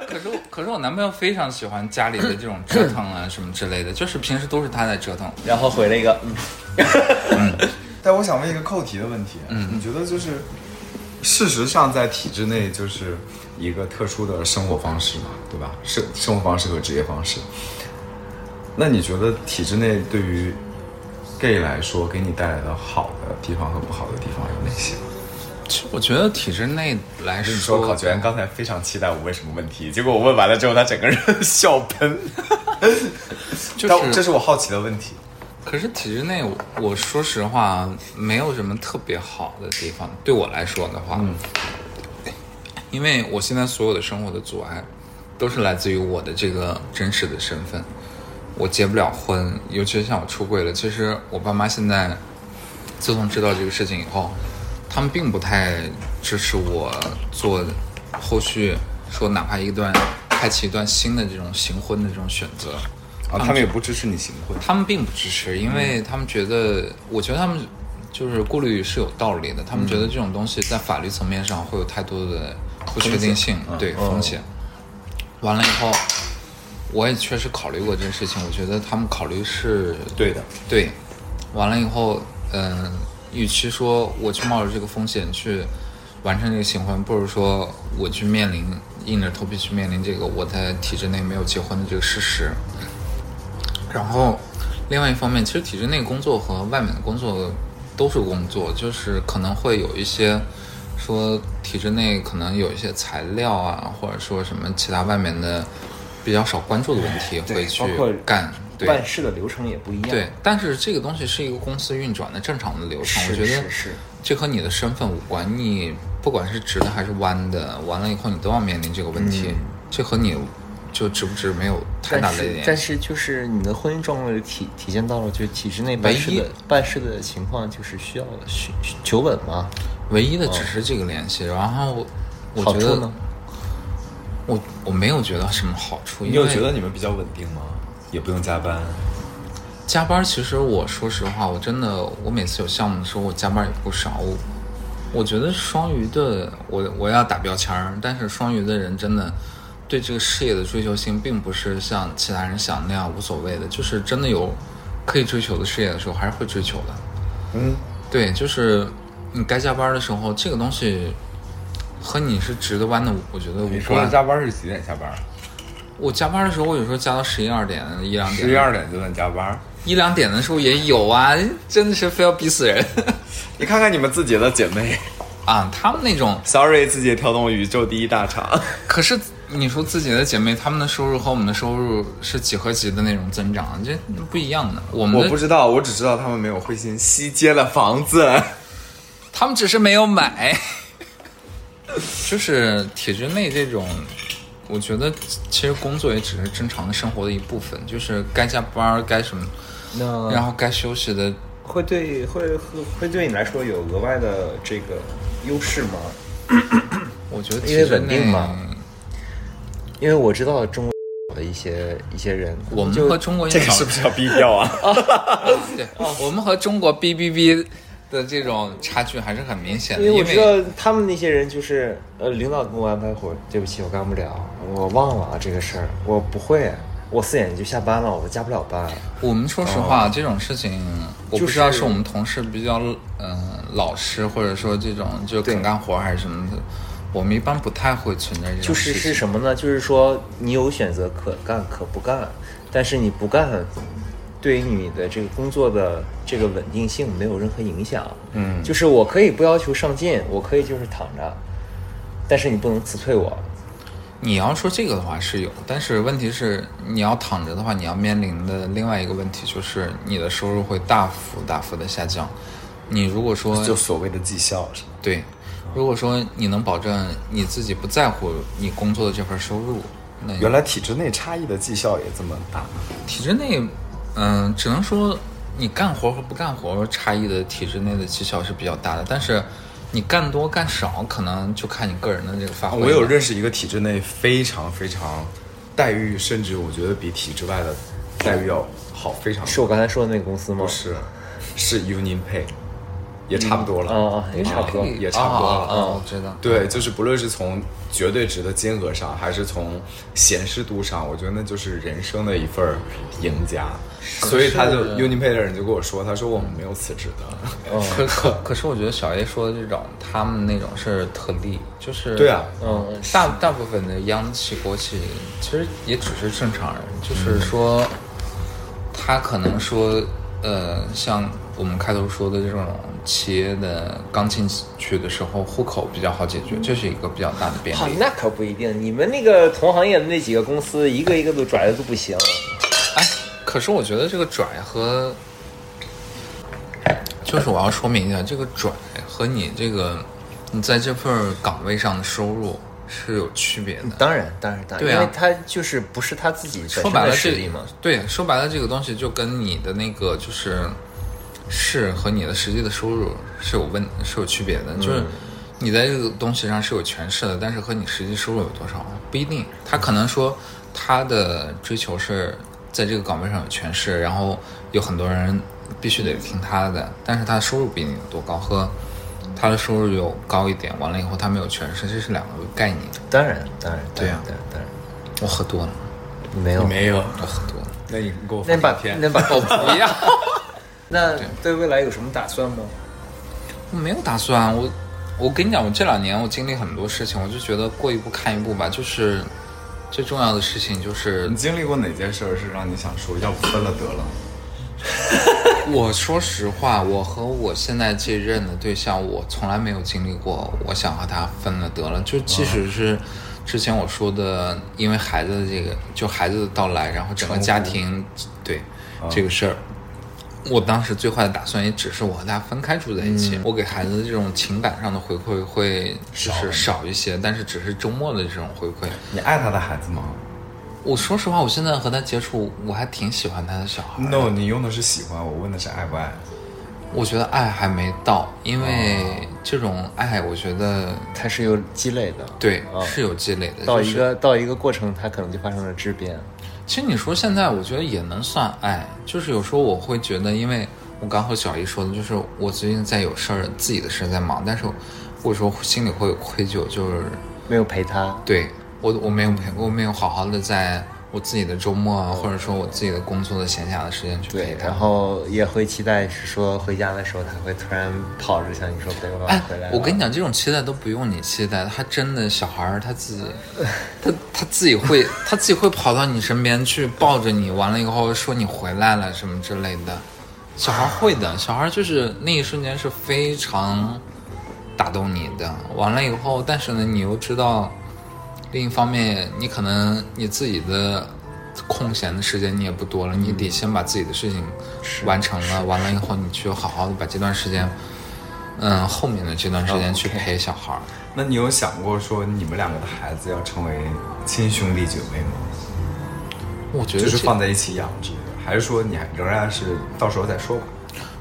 可是我可是我男朋友非常喜欢家里的这种折腾啊什么之类的，就是平时都是他在折腾，然后回了一个，嗯，但我想问一个扣题的问题，嗯，你觉得就是，事实上在体制内就是一个特殊的生活方式嘛，对吧？生生活方式和职业方式。那你觉得体制内对于 gay 来说，给你带来的好的地方和不好的地方有哪些？其实我觉得体制内来你说考卷刚才非常期待我问什么问题，结果我问完了之后，他整个人 笑 喷。就是但这是我好奇的问题。可是体制内我，我说实话，没有什么特别好的地方。对我来说的话，因为我现在所有的生活的阻碍，都是来自于我的这个真实的身份。我结不了婚，尤其是像我出柜了。其实我爸妈现在，自从知道这个事情以后，他们并不太支持我做后续说哪怕一段开启一段新的这种行婚的这种选择。啊，他们也不支持你行婚。他们并不支持，因为他们觉得，我觉得他们就是顾虑是有道理的。他们觉得这种东西在法律层面上会有太多的不确定性，对风险。完了以后，我也确实考虑过这个事情，我觉得他们考虑是对的，对，完了以后，嗯、与其说我去冒着这个风险去完成这个行婚，不如说我去面临硬着头皮去面临这个我在体制内没有结婚的这个事实。然后，另外一方面，其实体制内工作和外面的工作都是工作，就是可能会有一些说体制内可能有一些材料啊，或者说什么其他外面的比较少关注的问题会去包括干。对，办事的流程也不一样，对，但是这个东西是一个公司运转的正常的流程，是我觉得是是这和你的身份无关，你不管是直的还是弯的，完了以后你都要面临这个问嗯题，这和你就值不值没有太大但的是联但系。是就是你的婚姻状况就体体现到了，就是体制内办唯事一的办事的情况，就是需要需需求稳嘛。唯一的只是这个联系，然后我好觉处得呢？我我没有觉得什么好处，你因有为觉得你们比较稳定吗？也不用加班。加班，其实我说实话，我真的，我每次有项目的时候，我加班也不少。我我觉得双鱼的，我我要打标签儿，但是双鱼的人真的对这个事业的追求性，并不是像其他人想那样无所谓的，就是真的有可以追求的事业的时候，还是会追求的。嗯，对，就是你该加班的时候，这个东西和你是直的弯的，我觉得无你说的关。加班是几点下班？我加班的时候，我有时候加到十一二点、一两点、十一二点就算加班。一两点的时候也有啊，真的是非要逼死人。 你看看你们自己的姐妹 啊，她们那种， ，sorry，自己跳动宇宙第一大厂。可是你说自己的姐妹，她们的收入和我们的收入是几何级的那种增长，这不一样的。我嗯们我不的知道，我只知道他们没有灰心，西街了房 子。她们只是没有买， 就是体制内这种，我觉得其实工作也只是正常的生活的一部分，就是该加班儿该什么，然那后该休息的。会对会会会对你来说有额外的这个优势吗？我觉得体因为制稳定内嘛因为我知道中国的一些一些人，我们就和中国这是不是要逼掉 啊？对，哦我们和中国 B B B 的这种差距还是很明显的，因为因我知道他们那些人就是，呃，领导给我安排活儿，对不起，我干不了，我忘了啊这个事儿，我不会，我四点就下班了，我加不了班。我们说实话，这种事情我不知道哦就是是我们同事比较呃老实，或者说这种就肯干活还是什么的，我们一般不太会存在这就种是事是情。什么呢？就是说你有选择可干可不干，但是你不干，对于你的这个工作的这个稳定性没有任何影响。嗯，就是我可以不要求上进，我可以就是躺着，但是你不能辞退我。你要说这个的话是有，但是问题是你要躺着的话，你要面临的另外一个问题就是你的收入会大幅大幅的下降。你如果说就所谓的绩效是吗？对，如果说你能保证你自己不在乎你工作的这份收入，那原来体制内差异的绩效也这么大吗？体制内，嗯、只能说你干活和不干活差异的体制内的绩效是比较大的，但是你干多干少，可能就看你个人的这个发挥了。啊我有认识一个体制内非常非常待遇，甚至我觉得比体制外的待遇要好非常多。是我刚才说的那个公司吗？不是，是 Union Pay，也差不多了，嗯嗯也差不多啊也差不多了，啊啊啊我知道对，就是不论是从绝对值的金额上，还是从闲适度上，我觉得那就是人生的一份儿赢家。所以他就 Union Pay 的人就跟我说，他说我们没有辞职的，可可可是，我觉得小 A 说的这种，他们那种是特例，就是对啊嗯，大大部分的央企、国企其实也只是正常人，就是嗯说，他可能说，呃，像我们开头说的这种企业的刚进去的时候，户口比较好解决，这是一个比较大的便好利，。那可不一定。你们那个同行业的那几个公司，一个一个都拽的都不行。哎，可是我觉得这个拽和，就是我要说明一下，这个拽和你这个你在这份儿岗位上的收入是有区别的。嗯当然，当然，当然，对因啊为他就是不是他自己本说身白的了，实这力嘛。对，说白了，这个东西就跟你的那个就是是和你的实际的收入是有问是有区别的，就是你在这个东西上是有权势的，但是和你实际收入有多少不一定。他可能说他的追求是在这个岗位上有权势，然后有很多人必须得听他的，但是他的收入不一定有多高，和他的收入有高一点，完了以后他没有权势，这是两个概念。当然，当然，对啊当然，当然，我喝多了，当然没 有，没有。我喝多了，那你给我嗯发那你把照片，那把 我 不要。那对未来有什么打算吗？我没有打算，我我跟你讲，我这两年我经历很多事情，我就觉得过一步看一步吧，就是最重要的事情就是你经历过哪件事儿是让你想说，要不分了得了？我说实话，我和我现在这任的对象，我从来没有经历过，我想和他分了得了。就即使是之前我说的，因为孩子的这个，就孩子的到来，然后整个家庭对、这个事儿，我当时最坏的打算也只是我和他分开住在一起，我给孩子的这种情感上的回馈会就是少一些，但是只是周末的这种回馈。你爱他的孩子吗我说实话，我现在和他接触，我还挺喜欢他的小孩儿的。 ？No，你用的是喜欢，我问的是爱不爱。我觉得爱还没到，因为这种爱，我觉得它是有积累的，对、哦是有积累的。到一就是，个到一个过程，它可能就发生了质变。其实你说现在，我觉得也能算爱，就是有时候我会觉得，因为我刚和小姨说的，就是我最近在有事儿，自己的事儿在忙，但是我有时候心里会有愧疚，就是没有陪他，对我我没有陪，我没有好好的在我自己的周末啊，或者说我自己的工作的闲暇的时间去陪对，他然。后也会期待是说回家的时候，他会突然跑着向你说：“爸爸哎回来。”，我跟你，讲，这种期待都不用你期待，他真的小孩儿他自己，他他自己会，他自己会跑到你身边去抱着你，完了以后说你回来了什么之类的，小孩儿会的，小孩儿就是那一瞬间是非常打动你的，完了以后，但是呢，你又知道，另一方面，你可能你自己的。空闲的时间你也不多了，你嗯得先把自己的事情完成了，完了以后你去好好的把这段时间嗯，后面的这段时嗯间去陪小孩儿。那你有想过说你们两个的孩子要成为亲兄弟姐妹吗？我觉得就这，是放在一起养之类的，还是说你还仍然是到时候再说吧？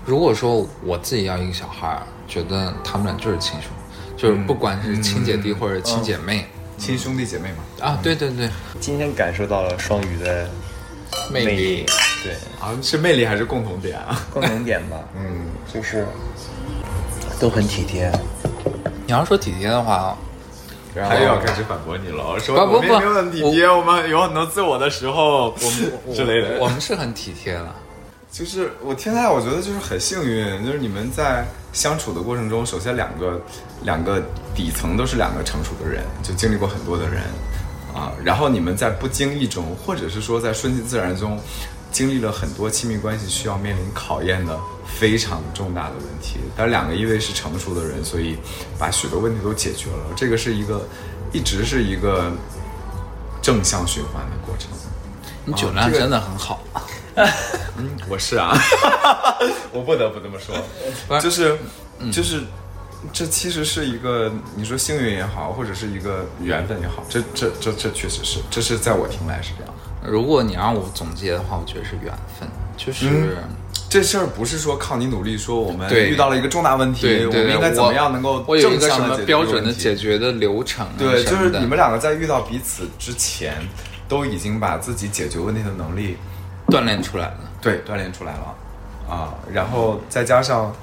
如果说我自己要一个小孩儿，觉得他们俩就是亲属，就是嗯不管是亲姐弟或者亲姐妹、亲兄弟姐妹嘛。啊，对对对，今天感受到了双鱼的魅魅力力，对，啊，是魅力还是共同点啊？共同点吧，嗯，就是都很体贴。你要说体贴的话，然他又要后开始反驳你了，说不不我们也不没有很体贴，我们有很多自我的时候之类的。我们是很体 贴的。就是我天呐，我觉得就是很幸运，就是你们在相处的过程中，首先两个两个底层都是两个成熟的人，就经历过很多的人啊，然后你们在不经意中，或者是说在顺其自然中，经历了很多亲密关系需要面临考验的非常重大的问题。但两个因为是成熟的人，所以把许多问题都解决了，这个是一个一直是一个正向循环的过程。哦你酒量真的很好，嗯， 我是 啊，我不得不这么说。就是就是，这其实是一个你说幸运也好，或者是一个缘分也好，这这这这确实是，这是在我听来是这样的。如果你让我总结的话，我觉得是缘分，就是。这事儿不是说靠你努力，说我们对遇到了一个重大问题，对我对们对，应该怎么样能够我有一正个向什地么解决标准的的解决的流程、啊？对，什就么是的你们两个在遇到彼此之前，都已经把自己解决问题的能力锻炼出来的。对锻炼出来了啊，然后再加上，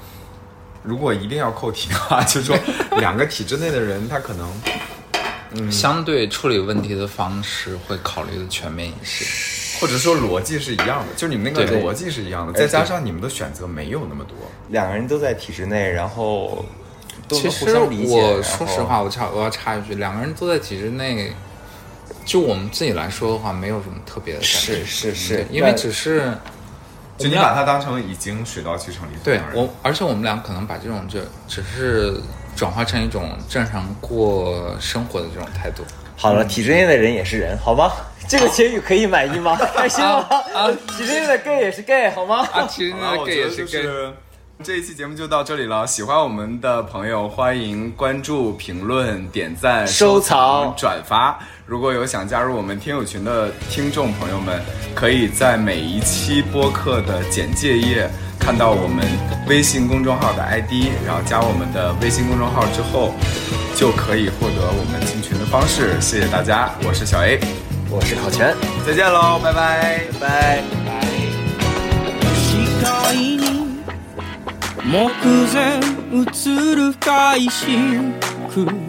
如果一定要扣题的话， 就说两个体制内的人，他可能嗯相对处理问题的方式会考虑的全面一些。或者说逻辑是一样的，就是你们那个对逻辑是一样的，再加上你们的选择没有那么多，两个人都在体制内，然后都其能实互相理解。我然说后实话，我插我要插一句，两个人都在体制内，就我们自己来说的话，没有什么特别的感觉，是是是对，嗯因为那只是就你把它当成已经水到渠成理所对当然我，而且我们俩可能把这种就只是转化成一种正常过生活的这种态度。好了，体制内的人也是人，好吗？这个结语可以满意吗？开心吗？ 体制内的 gay 也是 gay，好吗？啊，其 实好了，那我个觉也得就是跟是这一期节目就到这里了。喜欢我们的朋友，欢迎关注、评论、点赞、收藏收转发。如果有想加入我们听友群的听众朋友们，可以在每一期播客的简介页看到我们微信公众号的 ID，然后加我们的微信公众号之后，就可以获得我们进群的方式。谢谢大家，我是小 A，我是考全，再见喽，拜拜。拜拜。視界に目前映る深い深空